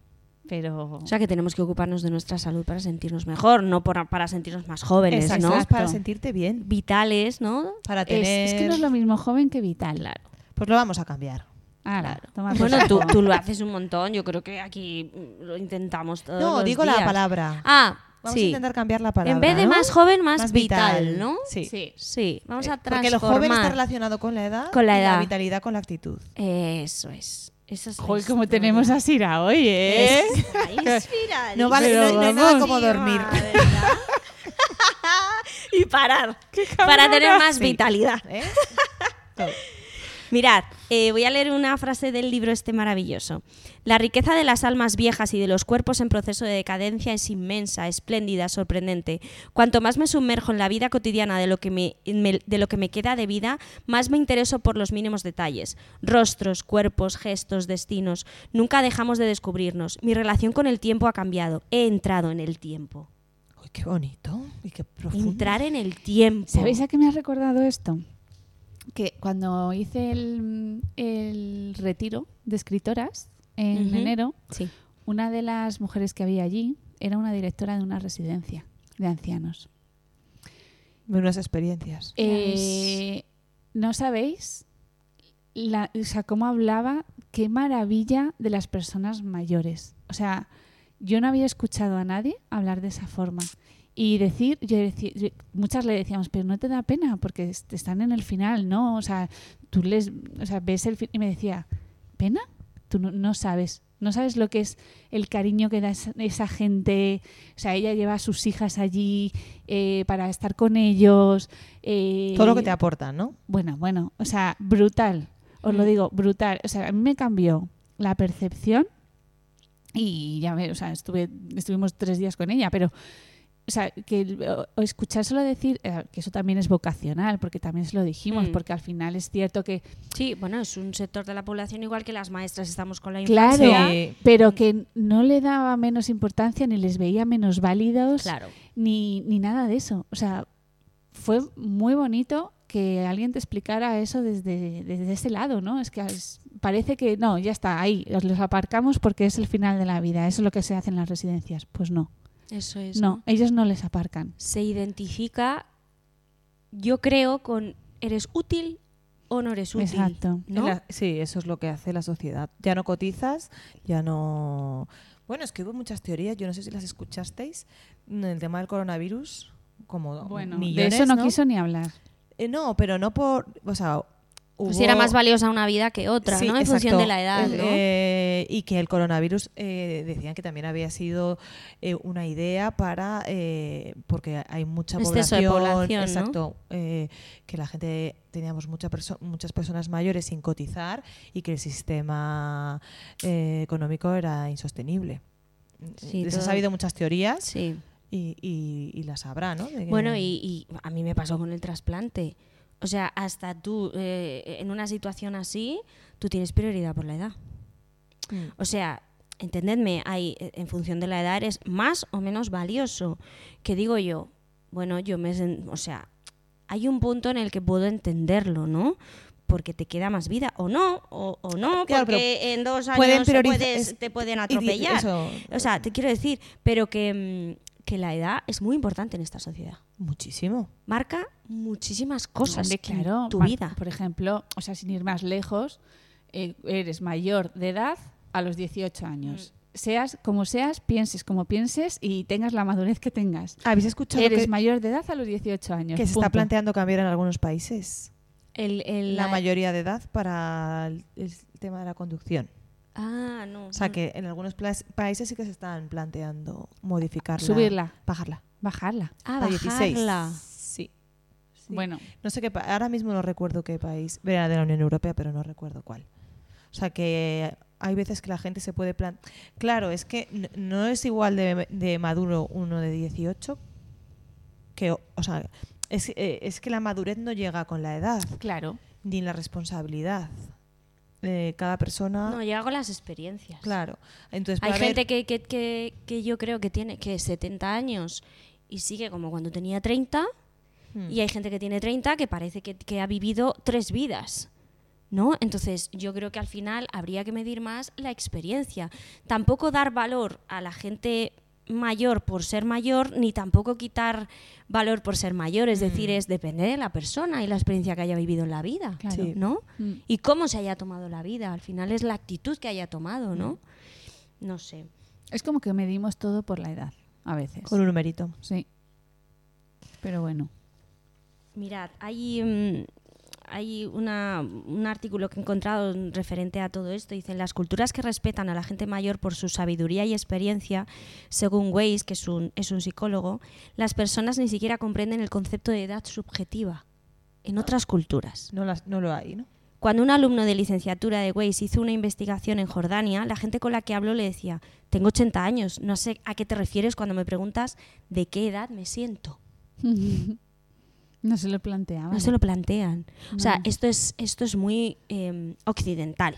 S2: Pero.
S1: O sea que tenemos que ocuparnos de nuestra salud para sentirnos mejor, no por- para sentirnos más jóvenes,
S3: Exacto,
S1: ¿no?
S3: es para sentirte bien.
S1: Vitales, ¿no?
S3: Para tener...
S2: es, es que no es lo mismo joven que vital. Claro.
S3: Pues lo vamos a cambiar.
S1: Claro. Bueno, tú, tú lo haces un montón. Yo creo que aquí mm, lo intentamos todos
S3: no,
S1: los
S3: digo la
S1: días.
S3: palabra.
S1: Ah,
S3: vamos a
S1: sí.
S3: intentar cambiar la palabra.
S1: en vez de
S3: ¿no?
S1: más joven, más, vital, ¿no?
S3: Sí. Eh,
S2: Sí.
S1: Sí, vamos a
S3: Porque
S1: transformar.
S3: lo joven está relacionado con la edad.
S1: Con la
S3: y
S1: edad.
S3: vitalidad con la actitud.
S1: Eso es. Eso es la
S2: Joder, como
S1: historia.
S2: tenemos a Sira hoy, ¿eh?
S1: Está inspiradísima,
S3: No vale,
S2: Pero
S3: no, no hay nada
S2: vamos.
S3: como dormir.
S1: ¿verdad? y parar. Para tener más vitalidad.
S3: ¿eh?
S1: Mirad, eh, voy a leer una frase del libro este maravilloso. La riqueza de las almas viejas y de los cuerpos en proceso de decadencia es inmensa, espléndida, sorprendente. Cuanto más me sumerjo en la vida cotidiana de lo que me, me- de lo que me queda de vida, más me intereso por los mínimos detalles. Rostros, cuerpos, gestos, destinos. Nunca dejamos de descubrirnos. Mi relación con el tiempo ha cambiado. He entrado en el tiempo.
S3: Uy, qué bonito y qué profundo.
S1: Entrar en el tiempo.
S2: ¿Sabéis a qué me ha recordado esto? Que cuando hice el, el retiro de escritoras en
S1: Ujú.
S2: enero,
S1: Sí.
S2: una de las mujeres que había allí era una directora de una residencia de ancianos.
S3: Unas experiencias.
S2: Eh, no sabéis la- o sea, cómo hablaba, qué maravilla de las personas mayores. O sea, yo no había escuchado a nadie hablar de esa forma. Y decir, yo decí- yo- muchas le decíamos, pero no te da pena porque es- están en el final, ¿no? O sea, tú les, o sea, ves el fin y me decía, ¿pena? Tú no, no sabes, no sabes lo que es el cariño que da esa, esa gente. O sea, ella lleva a sus hijas allí eh, para estar con ellos. eh,
S3: Todo lo que te aportan, ¿no?
S2: bueno, bueno, o sea, brutal. Os
S3: Mm.
S2: lo digo, brutal. O sea, a mí me cambió la percepción y ya ve, o sea, estuve, estuvimos tres días con ella, pero, o sea, que el- o- o escuchárselo decir, eh, que eso también es vocacional, porque también se lo dijimos,
S1: Mm.
S2: porque al final es cierto que,
S1: Sí, bueno, es un sector de la población igual que las maestras estamos con la
S2: claro,
S1: infancia.
S3: Sí.
S2: pero que no le daba menos importancia, ni les veía menos válidos,
S1: Claro.
S2: ni, ni nada de eso. O sea, fue muy bonito que alguien te explicara eso desde, desde ese lado, ¿no? Es que es- parece que no, ya está, ahí, os los aparcamos porque es el final de la vida, eso es lo que se hace en las residencias. Pues no,
S1: Eso es.
S2: no, ellos no les aparcan.
S1: Se identifica, yo creo, con eres útil o no eres útil.
S2: Exacto.
S1: ¿no?
S3: En la- sí, eso es lo que hace la sociedad. Ya no cotizas, ya no... Bueno, es que hubo muchas teorías, yo no sé si las escuchasteis, en el tema del coronavirus, como
S2: Bueno,
S3: millones,
S2: de eso no,
S3: ¿no?
S2: quiso ni hablar.
S3: Eh, no, pero no por... O sea, hubo...
S1: Pues si era más valiosa una vida que otra,
S3: Sí,
S1: ¿no? En función
S3: exacto.
S1: de la edad, ¿no?
S3: Eh, y que el coronavirus eh, decían que también había sido eh, una idea para eh, porque hay mucha
S1: Exceso de
S3: población,
S1: población, ¿no?
S3: exacto, eh, que la gente teníamos mucha perso- muchas personas mayores sin cotizar y que el sistema eh, económico era insostenible.
S1: Sí,
S3: De esas
S1: todo-
S3: ha habido muchas teorías
S1: sí.
S3: y, y- y las habrá, ¿no? De que-
S1: Bueno, y, y a mí me pasó con el trasplante. O sea, hasta tú, eh, en una situación así, tú tienes prioridad por la edad.
S3: Mm.
S1: O sea, entendedme, hay, eh, en función de la edad eres más o menos valioso. Que digo yo, bueno, yo me... sen- O sea, hay un punto en el que puedo entenderlo, ¿no? Porque te queda más vida, o no, o, o no,
S3: Claro, pero
S1: porque en dos
S3: pueden
S1: años te
S3: prioriza-
S1: puedes-
S3: es-
S1: te pueden
S3: y di-
S1: atropellar.
S3: eso,
S1: O sea, te quiero decir, pero que, mm, que la edad es muy importante en esta sociedad.
S3: muchísimo.
S1: Marca muchísimas cosas
S2: Hombre,
S1: en
S2: claro,
S1: tu
S2: Mar-
S1: vida.
S2: Por ejemplo, o sea, sin ir más lejos, eh, eres mayor de edad a los 18 años.
S1: Mm.
S2: Seas como seas, pienses como pienses y tengas la madurez que tengas.
S3: ¿Habéis escuchado
S2: Eres
S3: que,
S2: mayor de edad a los 18 años.
S3: que se
S2: punto.
S3: está planteando cambiar en algunos países?
S1: El- el-
S3: la mayoría de edad para el, el tema de la conducción.
S1: Ah, no.
S3: O sea
S1: no.
S3: que en algunos plas- países sí que se están planteando modificarla.
S2: Subirla,
S3: Bajarla.
S2: bajarla.
S1: Ah,
S3: a 16.
S1: bajarla.
S3: Sí. Sí.
S2: Bueno,
S3: No sé qué pa- ahora mismo no recuerdo qué país. Era de la Unión Europea, pero no recuerdo cuál. O sea que hay veces que la gente se puede plan. Claro, es que n- no es igual de, de maduro uno de 18 que. o- O sea, es, eh, es que la madurez no llega con la edad
S2: claro.
S3: ni la responsabilidad. Eh, cada persona.
S1: No, yo hago las experiencias.
S3: Claro. Entonces,
S1: Hay
S3: puede haber-
S1: gente que, que, que, que yo creo que tiene que 70 años y sigue como cuando tenía 30.
S3: Hmm.
S1: Y hay gente que tiene 30 que parece que, que ha vivido tres vidas. ¿No? Entonces, yo creo que al final habría que medir más la experiencia. Tampoco dar valor a la gente mayor por ser mayor, ni tampoco quitar valor por ser mayor. Es decir, es depender de la persona y la experiencia que haya vivido en la vida,
S2: Claro.
S4: Sí.
S1: ¿no?
S2: Mm.
S1: Y cómo se haya tomado la vida. Al final es la actitud que haya tomado, ¿no? No sé.
S2: Es como que medimos todo por la edad, a veces.
S3: Con un numerito.
S2: Sí. Pero bueno.
S1: Mirad, hay, mm, hay una- un artículo que he encontrado en- referente a todo esto. Dicen, las culturas que respetan a la gente mayor por su sabiduría y experiencia, según Weiss, que es un, es un psicólogo, las personas ni siquiera comprenden el concepto de edad subjetiva en otras culturas.
S3: No, las, no lo hay, ¿no?
S1: Cuando un alumno de licenciatura de Weiss hizo una investigación en Jordania, la gente con la que habló le decía, tengo 80 años, no sé a qué te refieres cuando me preguntas de qué edad me siento.
S2: no se lo planteaba.
S1: No se lo plantean. O sea,
S2: No.
S1: esto es, esto es muy eh, occidental,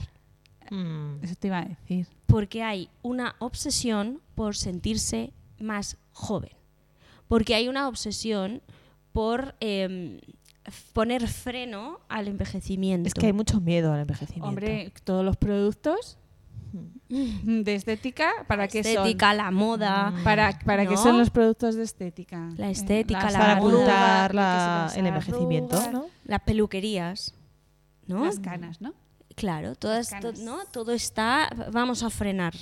S1: Mm.
S2: Eso te iba a decir.
S1: porque hay una obsesión por sentirse más joven, porque hay una obsesión por eh, poner freno al envejecimiento.
S3: Es que hay mucho miedo al envejecimiento. Hmm.
S2: Hombre, todos los productos de estética, ¿para qué son?
S1: estética, la moda.
S2: ¿Para, para qué
S1: ¿No?
S2: son los productos de estética?
S1: La
S2: Eh,
S1: estética,
S2: las
S1: la
S3: para
S1: arrugas,
S3: ocultar
S2: lo que
S3: la-
S2: son las
S3: el envejecimiento,
S2: arrugas,
S3: ¿no?
S1: las peluquerías, ¿no?
S2: Las canas, ¿no?
S1: Claro, todo,
S2: Las
S1: esto,
S2: canas.
S1: ¿no? todo está, vamos a frenar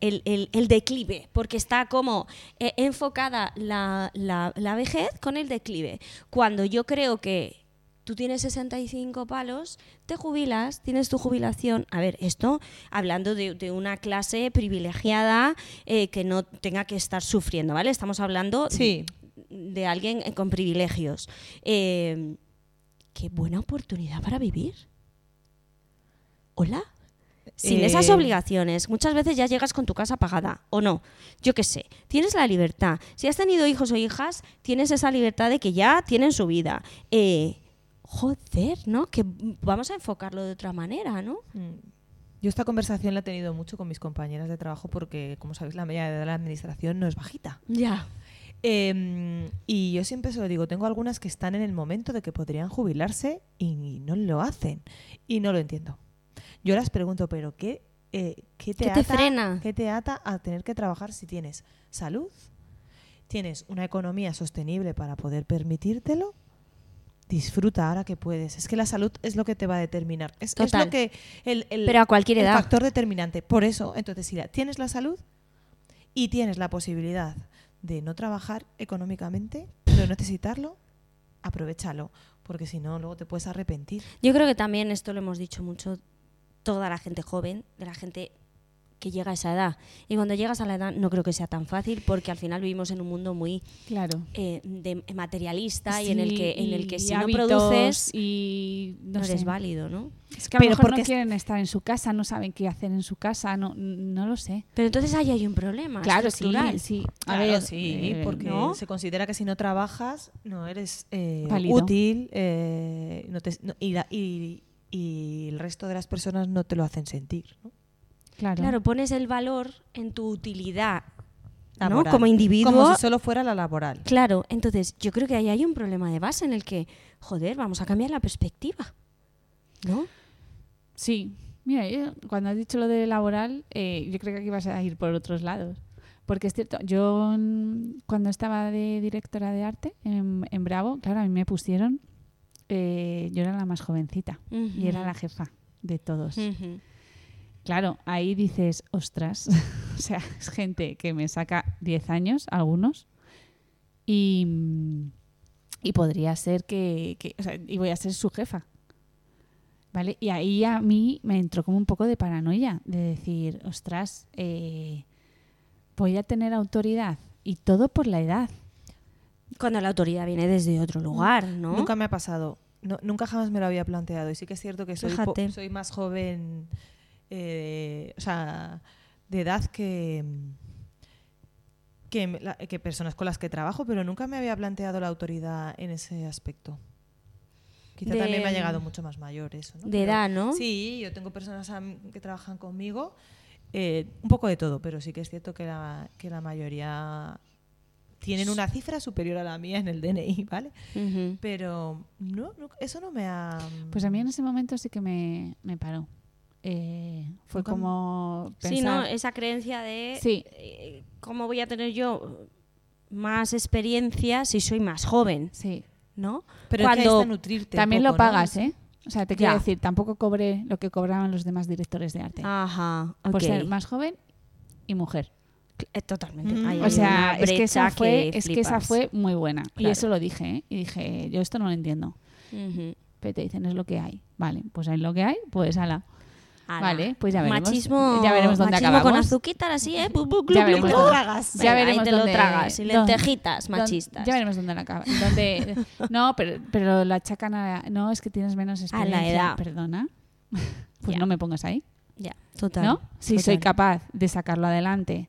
S1: el, el- el declive, porque está como eh, enfocada la, la- la vejez con el declive. Cuando yo creo que tú tienes 65 palos, te jubilas, tienes tu jubilación. A ver, esto hablando de, de una clase privilegiada eh, que no tenga que estar sufriendo, ¿vale? Estamos hablando
S3: Sí.
S1: de alguien eh, con privilegios. Eh, qué buena oportunidad para vivir. Hola. Sin
S3: Eh,
S1: esas obligaciones, muchas veces ya llegas con tu casa pagada, o no. Yo qué sé, tienes la libertad. Si has tenido hijos o hijas, tienes esa libertad de que ya tienen su vida. Eh, joder, ¿no? Que vamos a enfocarlo de otra manera, ¿no?
S3: Mm. Yo esta conversación la he tenido mucho con mis compañeras de trabajo porque, como sabéis, la media de la administración no es bajita.
S1: Ya.
S3: Eh, y yo siempre se lo digo, tengo algunas que están en el momento de que podrían jubilarse y no lo hacen. Y no lo entiendo. Yo las pregunto, pero ¿qué, eh, qué te,
S1: ¿Qué te
S3: ata-
S1: frena?
S3: ¿Qué te ata a tener que trabajar si tienes salud? ¿Tienes una economía sostenible para poder permitírtelo? Disfruta ahora que puedes. Es que la salud es lo que te va a determinar. Es, es
S1: Total.
S3: lo que el, el-
S1: Pero a cualquier
S3: el
S1: edad.
S3: factor determinante. Por eso, entonces, si la- tienes la salud y tienes la posibilidad de no trabajar económicamente, pero necesitarlo, aprovechalo, porque si no, luego te puedes arrepentir.
S1: Yo creo que también esto lo hemos dicho mucho toda la gente joven, de la gente que llega a esa edad. Y cuando llegas a la edad no creo que sea tan fácil porque al final vivimos en un mundo muy
S2: Claro.
S1: eh, de- materialista y en el
S2: Sí,
S1: que, en el
S2: y
S1: que si no
S2: hábitos
S1: produces
S2: y no,
S1: no,
S2: sé.
S1: eres válido, ¿no?
S2: Es que a lo
S3: Pero
S2: mejor
S3: porque
S2: no
S3: es-
S2: quieren estar en su casa, no saben qué hacer en su casa, no, no lo sé.
S1: Pero entonces ahí hay un problema.
S2: Claro, sí,
S1: estructural.
S2: sí. A
S3: Claro,
S2: ver,
S3: sí,
S2: eh,
S3: porque
S1: ¿no?
S3: se considera que si no trabajas, no eres eh,
S2: Válido.
S3: útil eh, no te- no- y, la- y- y el resto de las personas no te lo hacen sentir. ¿no?
S2: Claro.
S1: Claro, pones el valor en tu utilidad, ¿no?
S2: Ah,
S3: Laboral.
S1: Como individuo.
S3: Como si solo fuera la laboral.
S1: Claro, entonces yo creo que ahí hay un problema de base en el que, joder, vamos a cambiar la perspectiva. ¿No?
S2: Sí. Mira, yo, cuando has dicho lo de laboral, eh, yo creo que aquí vas a ir por otros lados. Porque es cierto, yo mm, cuando estaba de directora de arte en, en Bravo, claro, a mí me pusieron, eh, yo era la más jovencita y era la jefa de todos.
S1: Ujú.
S2: Claro, ahí dices, ostras, o sea, es gente que me saca 10 años, algunos, y, y podría ser que, que- o sea, y voy a ser su jefa. ¿Vale? Y ahí a mí me entró como un poco de paranoia, de decir, ostras, eh, voy a tener autoridad, y todo por la edad.
S1: Cuando la autoridad viene desde otro lugar, ¿no?
S3: Nunca me ha pasado. No- nunca jamás me lo había planteado. Y sí que es cierto que soy, po-
S1: Fíjate.
S3: soy más joven, eh, o sea, de edad que, que, me- la- que personas con las que trabajo, pero nunca me había planteado la autoridad en ese aspecto. Quizá
S1: De-
S3: también me ha llegado mucho más mayor eso. ¿no?
S1: de
S3: Pero-
S1: edad, ¿no?
S3: Sí, yo tengo personas a m- que trabajan conmigo, eh, un poco de todo, pero sí que es cierto que la, que la mayoría tienen una cifra superior a la mía en el DNI, ¿vale?
S1: Ujú.
S3: Pero no, no, eso no me ha... mm,
S2: Pues a mí en ese momento sí que me, me paró. Eh, fue
S3: Fue cuando-
S2: como pensar...
S1: Sí, ¿no? Esa creencia de
S2: Sí.
S1: eh, cómo voy a tener yo más experiencia si soy más joven,
S2: Sí.
S1: ¿no?
S3: Pero es que
S1: Cuando-
S3: hay que nutrirte un
S2: También
S3: poco,
S2: lo
S3: ¿no?
S2: pagas, ¿eh? O sea, te quiero
S1: Ya.
S2: decir, tampoco cobré lo que cobraban los demás directores de arte.
S1: Ajá,
S2: Por
S1: ok.
S2: ser más joven y mujer.
S1: Eh, Totalmente.
S3: Mm.
S1: Hay
S2: O sea,
S1: una
S2: es que esa
S1: brecha
S2: fue, es que esa
S1: flipas.
S2: fue muy buena. Y
S1: Claro.
S2: eso lo dije, ¿eh? Y dije, yo esto no lo entiendo.
S1: Ujú.
S2: Pero te dicen, es lo que hay. Vale, pues es lo que hay, pues ala.
S1: Ala.
S2: Vale, pues ya veremos.
S1: Machismo,
S2: Ya veremos dónde
S1: machismo
S2: acabamos.
S1: con azuquitar así, ¿eh? Bu, bu, glu,
S2: Ya
S1: glu,
S2: veremos
S1: glu.
S2: dónde-
S3: tragas.
S2: ya
S1: Venga, ahí
S2: veremos
S1: te lo
S2: dónde-
S1: tragas. Y
S2: dónde-
S1: lentejitas
S2: Don-
S1: machistas.
S2: Ya veremos dónde la acaba. Donde, no, pero, pero la achacan a... No, es que tienes menos
S1: A la
S2: experiencia.
S1: edad.
S2: Perdona. Pues
S1: Ya.
S2: no me pongas ahí,
S1: Ya, total.
S2: ¿no? Si soy
S1: total.
S2: capaz de sacarlo adelante,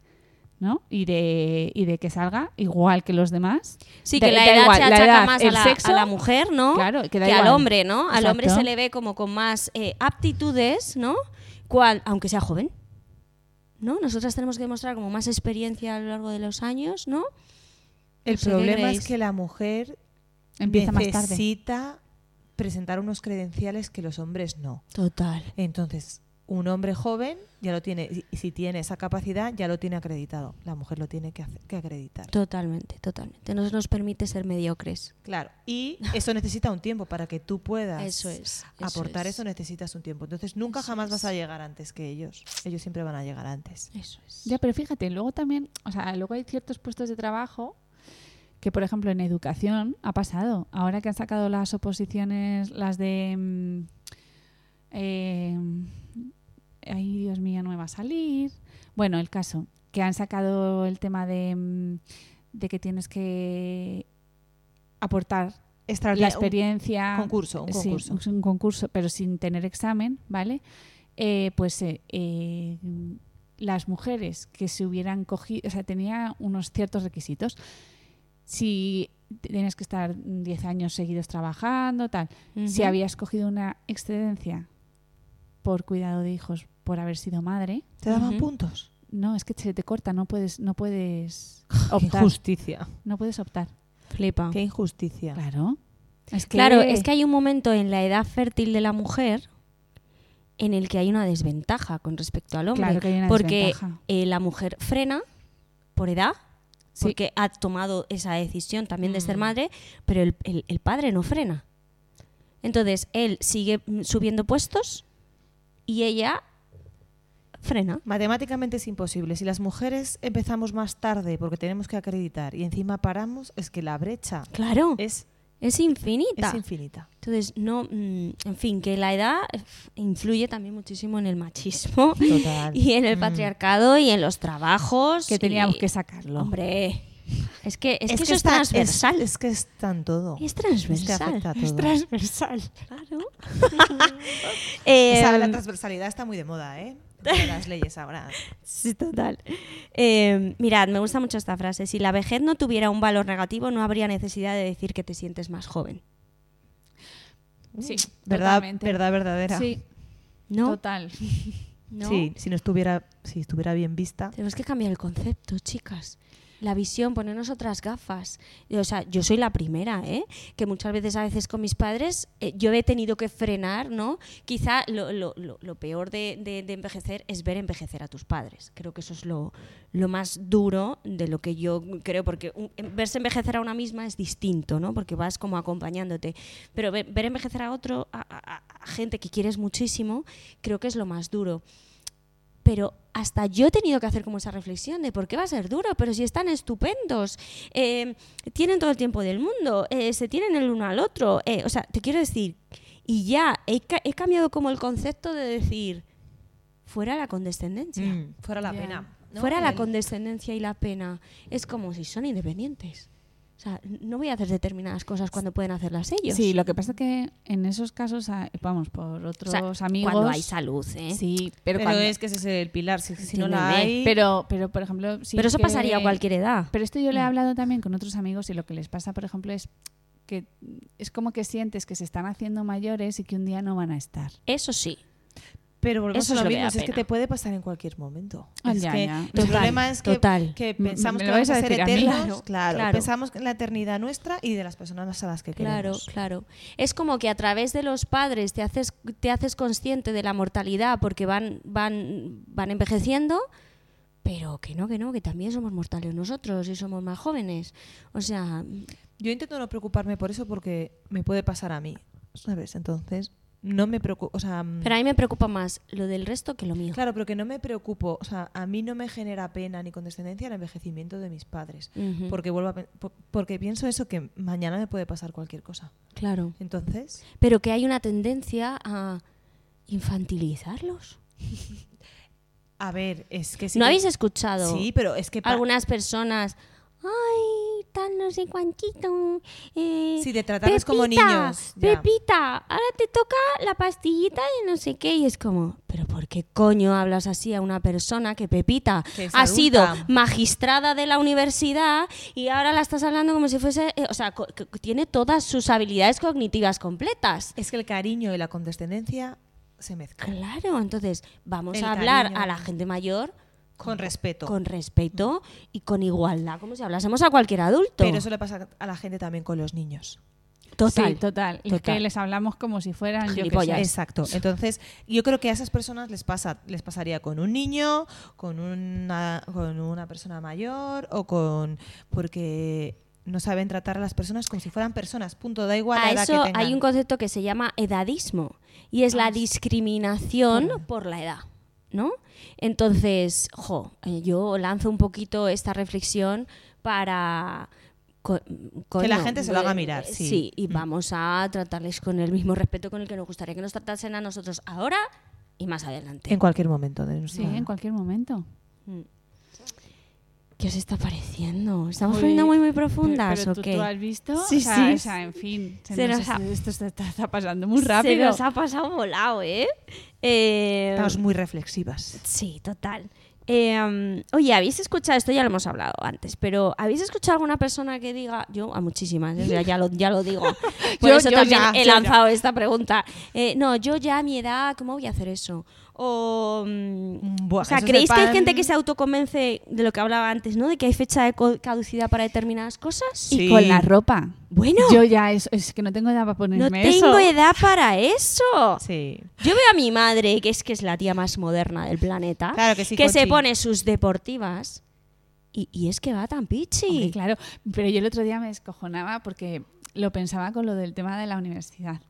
S2: ¿no? Y de, y de que salga igual que los demás.
S1: Sí,
S2: Da-
S1: que la
S2: da
S1: edad
S2: igual,
S1: se
S2: la
S1: achaca
S2: edad,
S1: más a
S2: el
S1: la,
S2: sexo,
S1: a la mujer, ¿no?
S2: claro, que
S1: que
S2: da
S1: al
S2: igual.
S1: hombre, ¿no? Al hombre se
S2: Exacto.
S1: le ve como con más eh, aptitudes, ¿no? Cual, aunque sea joven, ¿no? Nosotras tenemos que demostrar como más experiencia a lo largo de los años, ¿no?
S3: El
S1: No sé, ¿qué
S3: problema
S1: creéis?
S3: es que la mujer
S2: Pues Empieza más tarde.
S3: necesita presentar unos credenciales que los hombres no.
S1: Total.
S3: Entonces, un hombre joven ya lo tiene, si- si tiene esa capacidad, ya lo tiene acreditado. La mujer lo tiene que, hacer- que acreditar.
S1: Totalmente, totalmente. No nos permite ser mediocres.
S3: Claro. Y eso necesita un tiempo para que tú puedas
S1: Eso es. eso
S3: aportar
S1: es.
S3: eso necesitas un tiempo. Entonces nunca
S1: Eso
S3: jamás
S1: es.
S3: vas a llegar antes que ellos. Ellos siempre van a llegar antes.
S1: Eso es.
S2: Ya, pero fíjate, luego también, o sea, luego hay ciertos puestos de trabajo que, por ejemplo, en educación ha pasado. Ahora que han sacado las oposiciones, las de... mm, eh, ay, Dios mío, no me va a salir. Bueno, el caso, que han sacado el tema de, mm, de que tienes que aportar la
S3: Extraordinario.
S2: experiencia...
S3: Un concurso, un
S2: Sí,
S3: concurso.
S2: es un concurso, pero sin tener examen, ¿vale? Eh, pues eh, eh, las mujeres que se hubieran cogido, o sea, tenía unos ciertos requisitos. Si tenías que estar 10 años seguidos trabajando, tal.
S1: Ujú.
S2: Si habías cogido una excedencia por cuidado de hijos, por haber sido madre,
S3: Te daban
S1: Ujú.
S3: puntos.
S2: no, es que se te corta, no puedes, no puedes
S3: Qué
S2: optar.
S3: injusticia.
S2: No puedes optar.
S1: Flipa.
S3: Qué injusticia.
S2: Claro. Es que,
S1: Claro, es que hay un momento en la edad fértil de la mujer en el que hay una desventaja con respecto al hombre.
S2: claro que hay una
S1: porque
S2: desventaja.
S1: eh, la mujer frena por edad,
S2: Sí.
S1: porque ha tomado esa decisión también de ser
S3: Mm.
S1: madre, pero el, el- el padre no frena. Entonces, él sigue mm, subiendo puestos y ella frena.
S3: Matemáticamente es imposible. Si las mujeres empezamos más tarde porque tenemos que acreditar y encima paramos, es que la brecha
S1: Claro, es,
S3: es,
S1: infinita.
S3: es infinita.
S1: Entonces, no, mm, en fin, que la edad eh, influye también muchísimo en el machismo
S3: Total.
S1: y en el
S3: Mm.
S1: patriarcado y en los trabajos.
S2: que teníamos
S1: y-
S2: que sacarlo.
S1: Hombre, es que, es que eso
S3: está-
S1: es transversal.
S3: Es, es que está en todo.
S1: Es
S3: Oh, Es que
S1: transversal.
S3: afecta a todo.
S1: transversal. Claro.
S3: Esa- la
S1: Em,
S3: transversalidad está muy de moda, ¿eh? De las leyes ahora.
S1: sí, total. Em, mirad, me gusta mucho esta frase. Si la vejez no tuviera un valor negativo, no habría necesidad de decir que te sientes más joven.
S2: Sí,
S3: ¿Verdad,
S2: totalmente.
S3: verdad verdadera.
S2: Sí,
S1: ¿No?
S2: total.
S1: ¿No?
S3: Sí, si no estuviera, si estuviera bien vista.
S1: Tenemos que cambiar el concepto, chicas. La visión, ponernos otras gafas. Y, O sea, yo soy la primera, ¿eh? Que muchas veces, a veces con mis padres, eh, yo he tenido que frenar, ¿no? Quizá lo, lo- lo- lo peor de, de- de envejecer es ver envejecer a tus padres. Creo que eso es lo, lo más duro de lo que yo creo, porque un- en- verse envejecer a una misma es distinto, ¿no? Porque vas como acompañándote. Pero ver, ver envejecer a otro, a- a- a- a gente que quieres muchísimo, creo que es lo más duro pero hasta yo he tenido que hacer como esa reflexión de por qué va a ser duro, pero si están estupendos, eh, tienen todo el tiempo del mundo, eh, se tienen el uno al otro, eh, o sea, te quiero decir, y ya he, ca- he cambiado como el concepto de decir, fuera la condescendencia,
S3: Fuera la
S2: Ya.
S3: pena. ¿no?
S1: fuera la
S3: El-
S1: condescendencia y la pena, es como si son independientes. O sea, no voy a hacer determinadas cosas cuando pueden hacerlas ellos.
S2: Sí, lo que pasa que en esos casos, ah, vamos, por otros
S1: o sea,
S2: amigos.
S1: cuando hay salud, ¿eh.
S2: Sí, pero,
S3: Pero,
S2: cuando-
S3: es que ese es el pilar. Si, si no la
S1: Entiéndeme.
S3: hay.
S2: pero, pero, por ejemplo. sí
S1: pero eso
S2: que-
S1: pasaría a cualquier edad.
S2: Pero esto yo le he
S3: Mm.
S2: hablado también con otros amigos y lo que les pasa, por ejemplo, es que es como que sientes que se están haciendo mayores y que un día no van a estar.
S1: Eso sí.
S3: Pero volvemos
S1: Eso
S3: a
S1: es
S3: lo
S1: lo que
S3: mismo,
S1: da
S3: si es que
S1: pena.
S3: te puede pasar en cualquier momento.
S2: Ah,
S3: es
S2: ya,
S3: que
S2: ya.
S3: El
S1: Total,
S3: problema es que,
S1: total.
S3: que
S2: Mm,
S3: pensamos
S2: ¿me
S3: que
S2: lo
S3: vamos
S2: vais
S3: a
S2: a
S3: ser
S2: decir a mí?
S3: eternos,
S1: Claro,
S3: claro,
S1: claro.
S3: Pensamos en la eternidad nuestra y de las personas a las que
S1: Claro,
S3: queremos.
S1: claro. Es como que a través de los padres te haces, te haces consciente de la mortalidad porque van, van, van envejeciendo, pero que no, que no, que también somos mortales nosotros y somos más jóvenes. O sea,
S3: Yo intento no preocuparme por eso porque me puede pasar a mí, ¿sabes? Entonces, no me preocupo, o sea, mm,
S1: pero a mí me preocupa más lo del resto que lo mío.
S3: claro, pero que no me preocupo, o sea, a mí no me genera pena ni condescendencia el envejecimiento de mis padres,
S1: Ujú,
S3: porque vuelvo a pen- po- porque pienso eso que mañana me puede pasar cualquier cosa.
S1: claro.
S3: Entonces,
S1: Pero que hay una tendencia a infantilizarlos.
S3: a ver, es que sí
S1: ¿No
S3: que-
S1: habéis escuchado?
S3: Sí, pero es que pa-
S1: algunas personas, ay, tan no sé cuantito. eh,
S3: Si te trataras como niños, ya.
S1: Pepita, ahora te toca la pastillita de no sé qué. Y es como, ¿pero por qué coño hablas así a una persona que Pepita
S3: Que es
S1: ha
S3: adulta.
S1: sido magistrada de la universidad y ahora la estás hablando como si fuese. eh, o sea, co- que tiene todas sus habilidades cognitivas completas.
S3: es que el cariño y la condescendencia se mezclan
S1: Claro, entonces vamos
S3: El
S1: a hablar
S3: cariño.
S1: a la gente mayor.
S3: con respeto.
S1: Con respeto y con igualdad, como si hablásemos a cualquier adulto.
S3: pero eso le pasa a la gente también con los niños.
S1: Total.
S2: Sí, total. Es que
S1: total.
S2: les hablamos como si fueran yo qué sé.
S1: Gilipollas.
S2: Es-
S3: Exacto. Entonces, yo creo que a esas personas les pasa, les pasaría con un niño, con una, con una persona mayor o con porque no saben tratar a las personas como si fueran personas. Punto. Da igual
S1: a
S3: la edad
S1: eso
S3: que tengan. Ah,
S1: hay un concepto que se llama edadismo y es la discriminación por la edad, ¿no? Entonces, jo, eh, yo lanzo un poquito esta reflexión para co- coño,
S3: la gente se lo haga
S1: eh,
S3: mirar, sí.
S1: y
S3: Mm.
S1: vamos a tratarles con el mismo respeto con el que nos gustaría que nos tratasen a nosotros ahora y más adelante. Mm.
S3: en cualquier momento de
S2: Sí,
S3: nuestra-
S2: en cualquier momento.
S1: ¿Qué os está pareciendo? ¿Estamos
S2: Muy-
S1: poniendo muy muy
S2: Pero,
S1: profundas
S2: pero
S1: o
S2: tú,
S1: qué?
S2: tú has visto?
S1: Sí,
S2: o sea,
S1: sí.
S2: o sea, en fin. se
S1: Se
S2: nos
S1: nos ha-
S2: Esto se está, está pasando muy rápido.
S1: Se nos ha pasado volado, ¿eh? Eh,
S3: Estamos muy reflexivas.
S1: Sí, total. Eh, oye, ¿habéis escuchado? Esto ya lo hemos hablado antes, pero ¿habéis escuchado alguna persona que diga, yo a muchísimas, eh, ya, ya lo, ya lo digo, por
S2: Yo-
S1: eso
S2: yo
S1: también
S2: ya,
S1: he
S2: yo ya.
S1: lanzado esta pregunta. Eh, no, yo ya a mi edad, ¿cómo voy a hacer eso? O, mm,
S3: Buah,
S1: o sea,
S3: eso es de
S1: ¿creéis que hay
S3: pan.
S1: gente que se autoconvence de lo que hablaba antes, ¿no? De que hay fecha de co- caducidad para determinadas cosas.
S3: Sí.
S2: Y con la ropa.
S1: Bueno,
S2: Yo ya, es, es que no tengo edad para
S1: no
S2: ponerme
S1: tengo
S2: eso.
S1: edad para eso.
S3: Sí.
S1: Yo veo a mi madre, que es que es la tía más moderna del planeta,
S3: Claro que sí,
S1: Ah, se
S3: Conchi.
S1: pone sus deportivas y, y es que va tan pichi.
S2: Hombre, claro, pero yo el otro día me descojonaba porque lo pensaba con lo del tema de la universidad.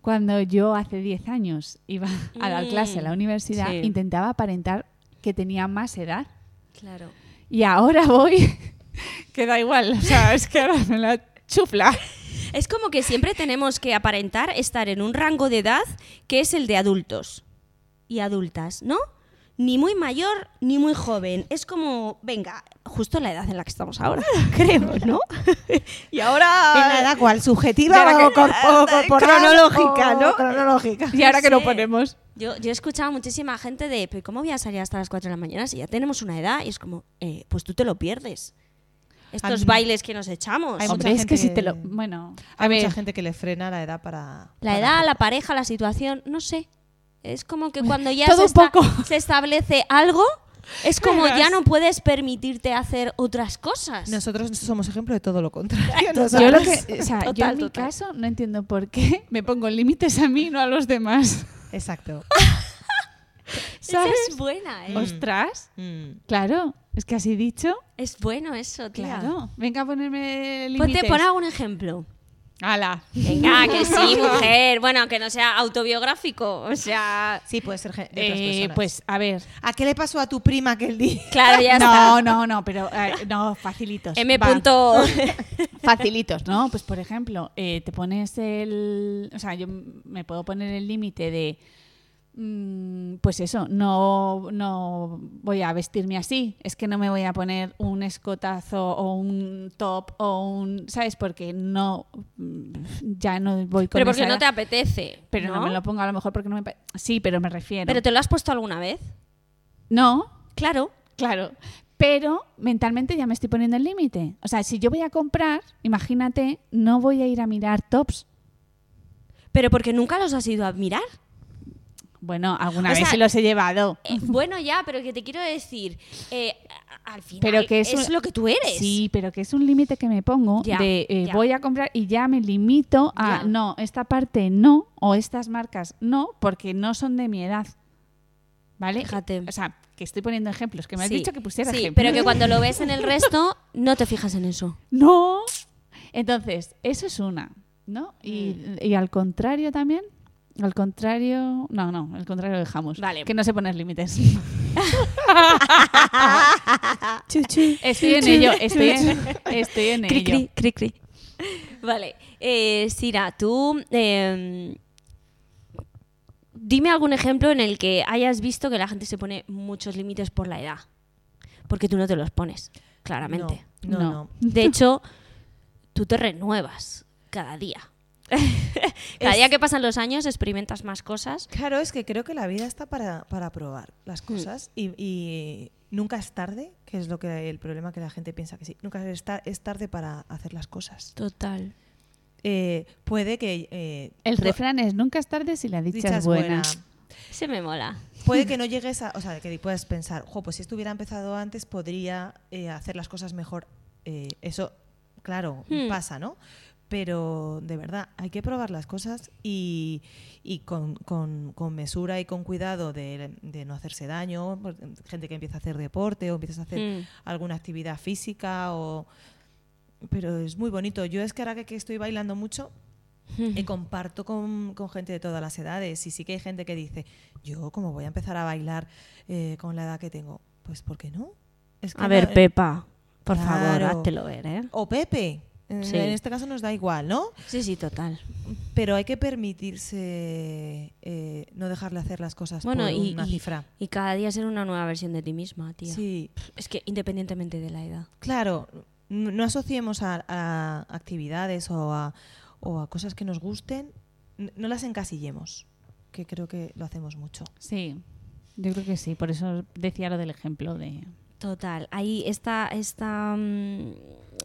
S2: Cuando yo hace 10 años iba a dar
S1: Mm,
S2: clase a la universidad,
S1: sí.
S2: intentaba aparentar que tenía más edad.
S1: Claro.
S2: Y ahora voy, que da igual, o sea, es que ahora me la chufla.
S1: Es como que siempre tenemos que aparentar estar en un rango de edad que es el de adultos y adultas, ¿no? Ni muy mayor ni muy joven. Es como, venga, justo la edad en la que estamos ahora, creo, ¿no? y ahora...
S3: En la edad cual, subjetiva
S1: Ya la
S3: o,
S1: que-
S3: cor- o corporal
S1: cronológica,
S3: o
S1: ¿no?
S3: Cronológica.
S2: Y ahora que nos
S1: sé.
S2: ponemos.
S1: Yo, yo he escuchado a muchísima gente de, "Pero ¿cómo voy a salir hasta las 4 de la mañana si ya tenemos una edad? Y es como, eh, pues tú te lo pierdes. Estos
S3: mí-
S1: bailes que nos echamos.
S3: Hay mucha
S2: Hombre, es que
S3: gente
S2: si
S3: que-
S2: te lo. Bueno,
S3: Hay
S2: a ver.
S3: mucha gente que le frena la edad para.
S1: La
S3: para-
S1: edad, la pareja, la situación, no sé. Es como que cuando ya
S2: todo
S1: se,
S2: un
S1: esta-
S2: poco.
S1: se establece algo, es como
S2: Verás.
S1: ya no puedes permitirte hacer otras cosas.
S3: Nosotros somos ejemplo de todo lo contrario.
S2: Yo, lo
S3: nosotros-
S2: que, o sea, yo
S1: Total,
S2: en mi
S1: total.
S2: caso no entiendo por qué me pongo límites a mí, no a los demás.
S3: Exacto.
S1: Esa
S2: ¿Sabes?
S1: es buena,
S2: Mm.
S1: ¿eh?
S2: Ostras.
S3: Mm.
S2: Claro, es que así dicho,
S1: Es bueno eso, tía.
S2: claro. Venga a ponerme límites.
S1: Ponte, pon algún ejemplo.
S2: Ala.
S1: Venga, que sí, mujer. Bueno, que no sea autobiográfico. O sea.
S3: Sí, puede ser gen- de otras
S2: Eh,
S3: personas.
S2: pues a ver.
S3: ¿A qué le pasó a tu prima aquel día?
S1: Claro, ya está.
S2: no, no, no, pero eh, no, facilitos.
S1: M.
S2: Va.
S1: Punto.
S2: Facilitos, ¿no? Pues por ejemplo, eh, te pones el. O sea, yo me puedo poner el límite de. mm, Pues eso, no, no voy a vestirme así. Es que no me voy a poner un escotazo o un top o un. ¿Sabes? Porque no. mm, Ya no voy con
S1: Pero porque
S2: esa
S1: no
S2: edad.
S1: te apetece.
S2: Pero ¿no? me lo pongo a lo mejor porque no me. pa- Sí, pero me refiero.
S1: Pero te lo has puesto alguna vez.
S2: No,
S1: Claro.
S2: Claro. Pero mentalmente ya me estoy poniendo el límite. O sea, si yo voy a comprar, imagínate, no voy a ir a mirar tops.
S1: Pero porque nunca los has ido a mirar.
S2: Bueno, alguna
S1: O
S2: vez
S1: sea,
S2: se los he llevado.
S1: Eh, bueno, ya, pero que te quiero decir, eh, a- al final
S2: Pero que es
S1: es,
S2: un-
S1: lo que tú eres.
S2: Sí, pero que es un límite que me pongo
S1: Ya,
S2: de eh,
S1: ya.
S2: voy a comprar y ya me limito a
S1: Ya.
S2: no, esta parte no o estas marcas no porque no son de mi edad. ¿Vale?
S1: Fíjate.
S2: O sea, que estoy poniendo ejemplos, que me has
S1: Sí,
S2: dicho que pusiera
S1: sí,
S2: ejemplos.
S1: Eh, pero que cuando lo ves en el resto, no te fijas en eso.
S2: No. Entonces, eso es una, ¿no? Y, y al contrario también, al contrario, no, no, al contrario lo dejamos.
S1: Vale.
S2: Que no se poner límites.
S4: Chuchu.
S2: Estoy en ello, estoy en, estoy en
S1: Cri,
S2: ello.
S1: cri, cri, cri. Vale. Eh, Sira, tú. eh, dime algún ejemplo en el que hayas visto que la gente se pone muchos límites por la edad. Porque tú no te los pones, claramente.
S3: No, no,
S2: No.
S3: no.
S1: De hecho, tú te renuevas cada día. cada
S3: Es-
S1: día que pasan los años experimentas más cosas.
S3: Claro, es que creo que la vida está para, para probar las cosas y, y nunca es tarde, que es lo que el problema que la gente piensa que sí. Nunca es, ta- es tarde para hacer las cosas.
S1: Total.
S3: Eh, puede que eh,
S2: El
S3: no-
S2: refrán es nunca es tarde si la dicha,
S3: dicha
S2: es
S3: es
S2: buena.
S1: Se me mola.
S3: Puede que no llegues a, o sea, que puedas pensar, jo, pues si esto hubiera empezado antes podría eh, hacer las cosas mejor. Eh, eso, claro,
S1: Hmm.
S3: pasa, ¿no? Pero de verdad, hay que probar las cosas y, y con, con- con mesura y con cuidado de, de no hacerse daño. pues, Gente que empieza a hacer deporte o empiezas a hacer
S1: Mm.
S3: alguna actividad física o... Pero es muy bonito. Yo es que ahora que- que estoy bailando mucho, eh, comparto con, con gente de todas las edades y sí que hay gente que dice, yo como voy a empezar a bailar eh, con la edad que tengo, pues ¿por qué no? Es que
S1: A
S3: no-
S1: ver, Pepa, por favor,
S3: Claro.
S1: háztelo ver, ¿eh?
S3: O Pepe, en,
S1: Sí.
S3: en este caso nos da igual, ¿no?
S1: Sí, sí, total.
S3: Pero hay que permitirse eh, no dejarle hacer las cosas
S1: Bueno,
S3: por
S1: y-
S3: una
S1: y-
S3: cifra.
S1: Y cada día ser una nueva versión de ti misma, tía.
S3: Sí,
S1: Es que independientemente de la edad.
S3: claro, n- no asociemos a, a actividades o a, o a cosas que nos gusten, n- no las encasillemos, que creo que lo hacemos mucho.
S2: Sí, yo creo que sí. Por eso decía lo del ejemplo de...
S1: Total. Ahí está, está mm,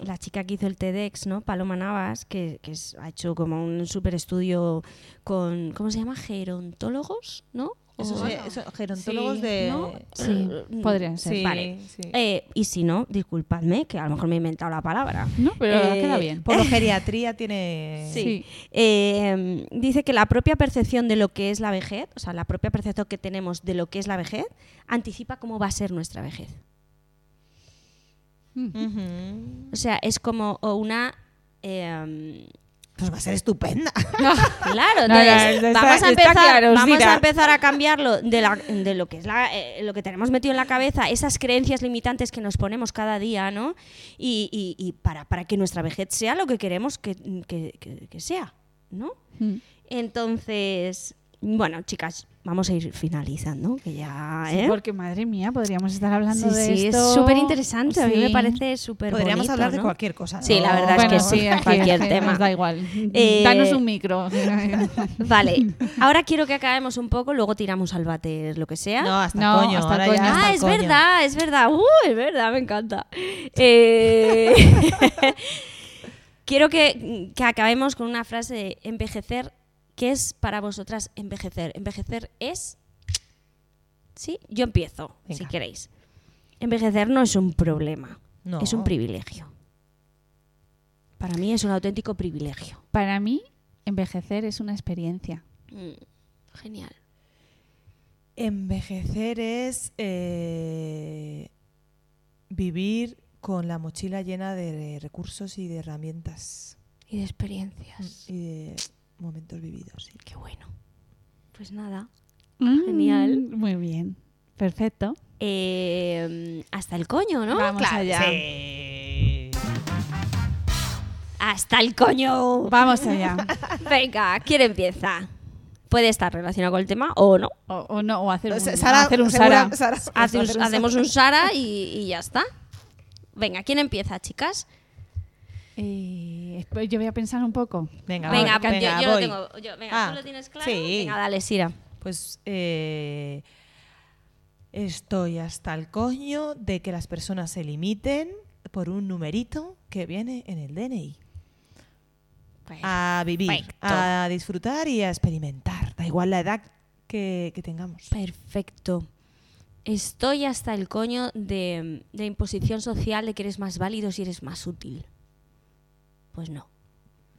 S1: la chica que hizo el TEDx, ¿no? Paloma Navas, que, que es- ha hecho como un super estudio con, ¿cómo se llama? Gerontólogos, ¿no?
S3: Esos,
S1: O-
S3: eh, esos gerontólogos de...
S1: Oh, ¿no?
S2: Sí,
S1: Mm,
S2: podrían ser.
S3: Sí,
S1: Vale.
S3: sí.
S1: Eh, y si no, disculpadme, que a lo mejor me he inventado la palabra.
S2: No, pero
S1: Eh,
S2: queda bien.
S3: Por lo geriatría tiene.
S1: Sí. Eh, dice que la propia percepción de lo que es la vejez, o sea, la propia percepción que tenemos de lo que es la vejez, anticipa cómo va a ser nuestra vejez.
S2: Mm.
S3: Ujú.
S1: O sea, es como o una... eh,
S3: Pues va a ser estupenda.
S1: claro,
S2: No, no,
S1: entonces,
S2: está-
S1: vamos,
S2: está
S1: a empezar,
S2: claro,
S1: vamos
S2: Sira.
S1: a empezar a cambiarlo de, la- de lo que es la- eh, lo que tenemos metido en la cabeza, esas creencias limitantes que nos ponemos cada día, ¿no? Y, y- y para, para que nuestra vejez sea lo que queremos que, que- que- que sea, ¿no?
S2: Mm.
S1: Entonces, bueno, chicas, vamos a ir finalizando, que ya.
S2: Sí,
S1: ¿eh?
S2: porque madre mía, podríamos estar hablando
S1: Sí,
S2: de
S1: sí,
S2: esto.
S1: es súper interesante, a mí me
S2: Sí.
S1: parece súper
S3: Podríamos
S1: bonito,
S3: hablar de
S1: ¿no?
S3: cualquier cosa.
S1: Sí, la
S3: ¿no?
S1: verdad es que
S2: Bueno,
S1: sí,
S2: aquí
S1: cualquier
S2: nos
S1: tema.
S2: da igual.
S1: Eh,
S2: Danos un micro.
S1: Vale, ahora quiero que acabemos un poco, luego tiramos al váter, lo que sea.
S3: No, hasta
S2: No,
S3: coño.
S2: hasta
S3: ahora
S2: coño.
S3: ya hasta
S1: ah, es
S3: coño.
S1: verdad, es verdad. Uh, es verdad, me encanta. Eh, quiero que, que acabemos con una frase de envejecer. ¿Qué es para vosotras envejecer? Envejecer es... Sí, yo empiezo,
S3: Venga.
S1: si queréis. Envejecer no es un problema,
S3: No.
S1: es un privilegio. Para mí es un auténtico privilegio.
S2: Para mí, envejecer es una experiencia.
S1: Mm, Genial.
S3: Envejecer es eh, vivir con la mochila llena de recursos y de herramientas
S1: Y de experiencias.
S3: y de momentos vividos. sí.
S1: Qué bueno. Mm. Pues nada. Ah,
S2: Genial. Mm, Muy bien. Perfecto.
S1: Eh, hasta el coño, ¿no?
S2: Vamos
S1: Ah, Claro,
S2: allá.
S1: sí. Hasta el coño.
S2: Vamos allá.
S1: Venga, ¿quién empieza? Puede estar relacionado con el tema o no.
S2: O, o no, o hacer un,
S3: O sea, Sara,
S2: hacer un
S3: segura-
S2: Sara.
S3: Sara-
S1: Hace un-
S3: hacer
S1: hacemos un Sara y, y ya está. Venga, ¿quién empieza, chicas?
S2: Eh, pues yo voy a pensar un poco.
S3: Venga, pues
S1: Venga,
S3: voy,
S1: yo-
S3: venga,
S1: yo, lo
S3: voy.
S1: tengo. yo- venga,
S3: Ah,
S1: ¿tú lo tienes claro?
S3: sí.
S1: Venga, dale, Sira.
S3: Pues eh, estoy hasta el coño de que las personas se limiten por un numerito que viene en el DNI. A vivir, Pues.
S1: Perfecto.
S3: a disfrutar y a experimentar. Da igual la edad que que, que tengamos.
S1: Perfecto. Estoy hasta el coño de, de imposición social de que eres más válido si eres más útil. Pues no.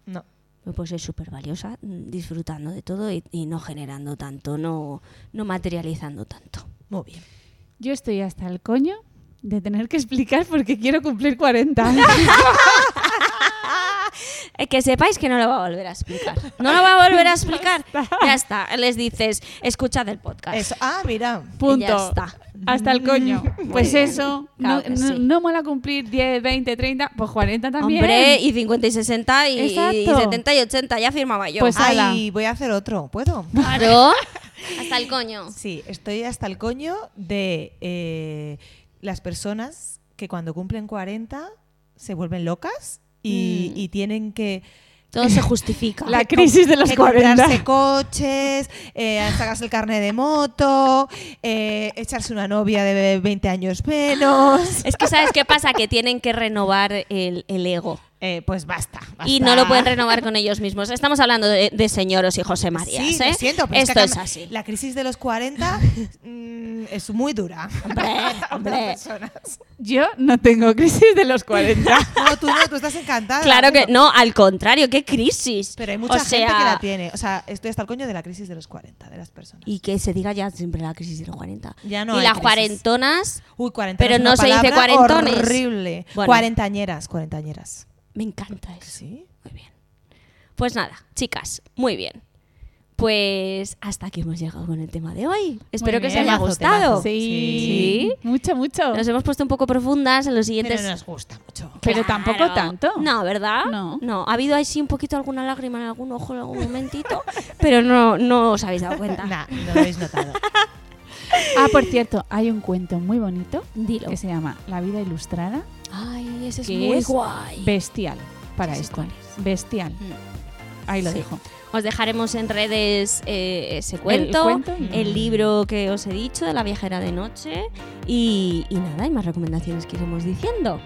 S3: No.
S1: Me puedo ser súper valiosa pues mm, disfrutando de todo y, y no generando tanto, no, no materializando tanto.
S3: Muy bien.
S2: Yo estoy hasta el coño de tener que explicar porque quiero cumplir 40 años.
S1: Eh, Que sepáis que no lo va a volver a explicar. No lo va a volver a explicar. Ya está. Les dices, escuchad el podcast.
S3: Eso. Ah, mira.
S2: Punto.
S1: Y ya está.
S2: Hasta el coño. Pues
S1: bien.
S2: eso,
S1: Claro
S2: no,
S1: que
S2: no-
S1: sí.
S2: no mola cumplir 10, 20, 30, pues 40 también.
S1: Hombre, y 50 y 60 y, y
S2: Exacto.
S1: 70 y 80. Ya firmaba yo. Ah,
S2: Pues- Sala.
S3: Ay, voy a hacer otro. ¿Puedo?
S1: claro. Hasta el coño.
S3: Sí, estoy hasta el coño de eh, las personas que cuando cumplen 40 se vuelven locas y,
S1: Mm.
S3: y tienen que
S1: Todo se justifica.
S2: La crisis de los
S3: que
S2: 40.
S3: comprarse coches, eh, sacarse el carnet de moto, eh, echarse una novia de 20 años menos.
S1: Ah, Es que ¿sabes qué pasa? Que tienen que renovar el, el ego.
S3: Eh, pues basta,
S1: Y
S3: basta.
S1: no lo pueden renovar con ellos mismos. Estamos hablando de, de señoros y José María. ¿eh?
S3: Sí, lo siento, pero es que
S1: Esto
S3: acá-
S1: es, así.
S3: La crisis de los 40 mm, es muy dura.
S1: Hombre, hombre.
S2: Yo no tengo crisis de los 40.
S3: No, tú no, tú estás encantada.
S1: Claro que
S3: Bueno,
S1: no, al contrario, qué crisis.
S3: Pero hay mucha
S1: O
S3: gente
S1: sea,
S3: que la tiene. O sea, estoy hasta el coño de la crisis de los 40, de las personas.
S1: Y que se diga ya siempre la crisis de los 40.
S3: Ya no
S1: y
S3: hay
S1: las
S3: crisis.
S1: cuarentonas,
S3: Uy, cuarentena
S1: Pero
S3: es
S1: no
S3: una
S1: se dice
S3: palabra
S1: cuarentones.
S3: Horrible.
S1: Bueno.
S3: Cuarentañeras, cuarentañeras.
S1: me encanta eso.
S3: Sí.
S1: Muy bien. Pues nada, chicas, muy bien. Pues hasta aquí hemos llegado con el tema de hoy. Espero que os
S3: bien.
S1: haya
S3: Temazo,
S1: gustado.
S3: temazo. Sí.
S2: Mucho, mucho.
S1: Nos hemos puesto un poco profundas en los siguientes.
S3: Pero nos gusta mucho.
S2: Pero
S1: Claro.
S2: tampoco tanto.
S1: No, ¿verdad?
S2: No.
S1: Ha habido ahí sí un poquito alguna lágrima en algún ojo en algún momentito, pero no, no os habéis dado cuenta.
S3: Nah, no lo habéis notado.
S2: Ah, por cierto, hay un cuento muy bonito
S1: Dilo.
S2: que se llama La vida ilustrada,
S1: Ay, ese es
S2: que
S1: muy
S2: es
S1: guay.
S2: bestial para
S1: Sí, sé
S2: esto.
S1: cuál es. Mm.
S2: Bestial. Ahí lo
S1: Sí.
S2: dejo.
S1: Os dejaremos en redes eh, ese cuento,
S2: El
S1: el,
S2: cuento y-
S1: libro que os he dicho, de La viajera de noche y, y nada, hay más recomendaciones que iremos diciendo.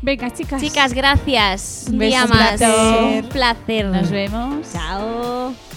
S2: Venga, chicas.
S1: Chicas, gracias.
S2: Un
S1: día
S2: beso, un
S1: más.
S2: placer.
S1: Un placer.
S2: Nos vemos.
S1: Chao.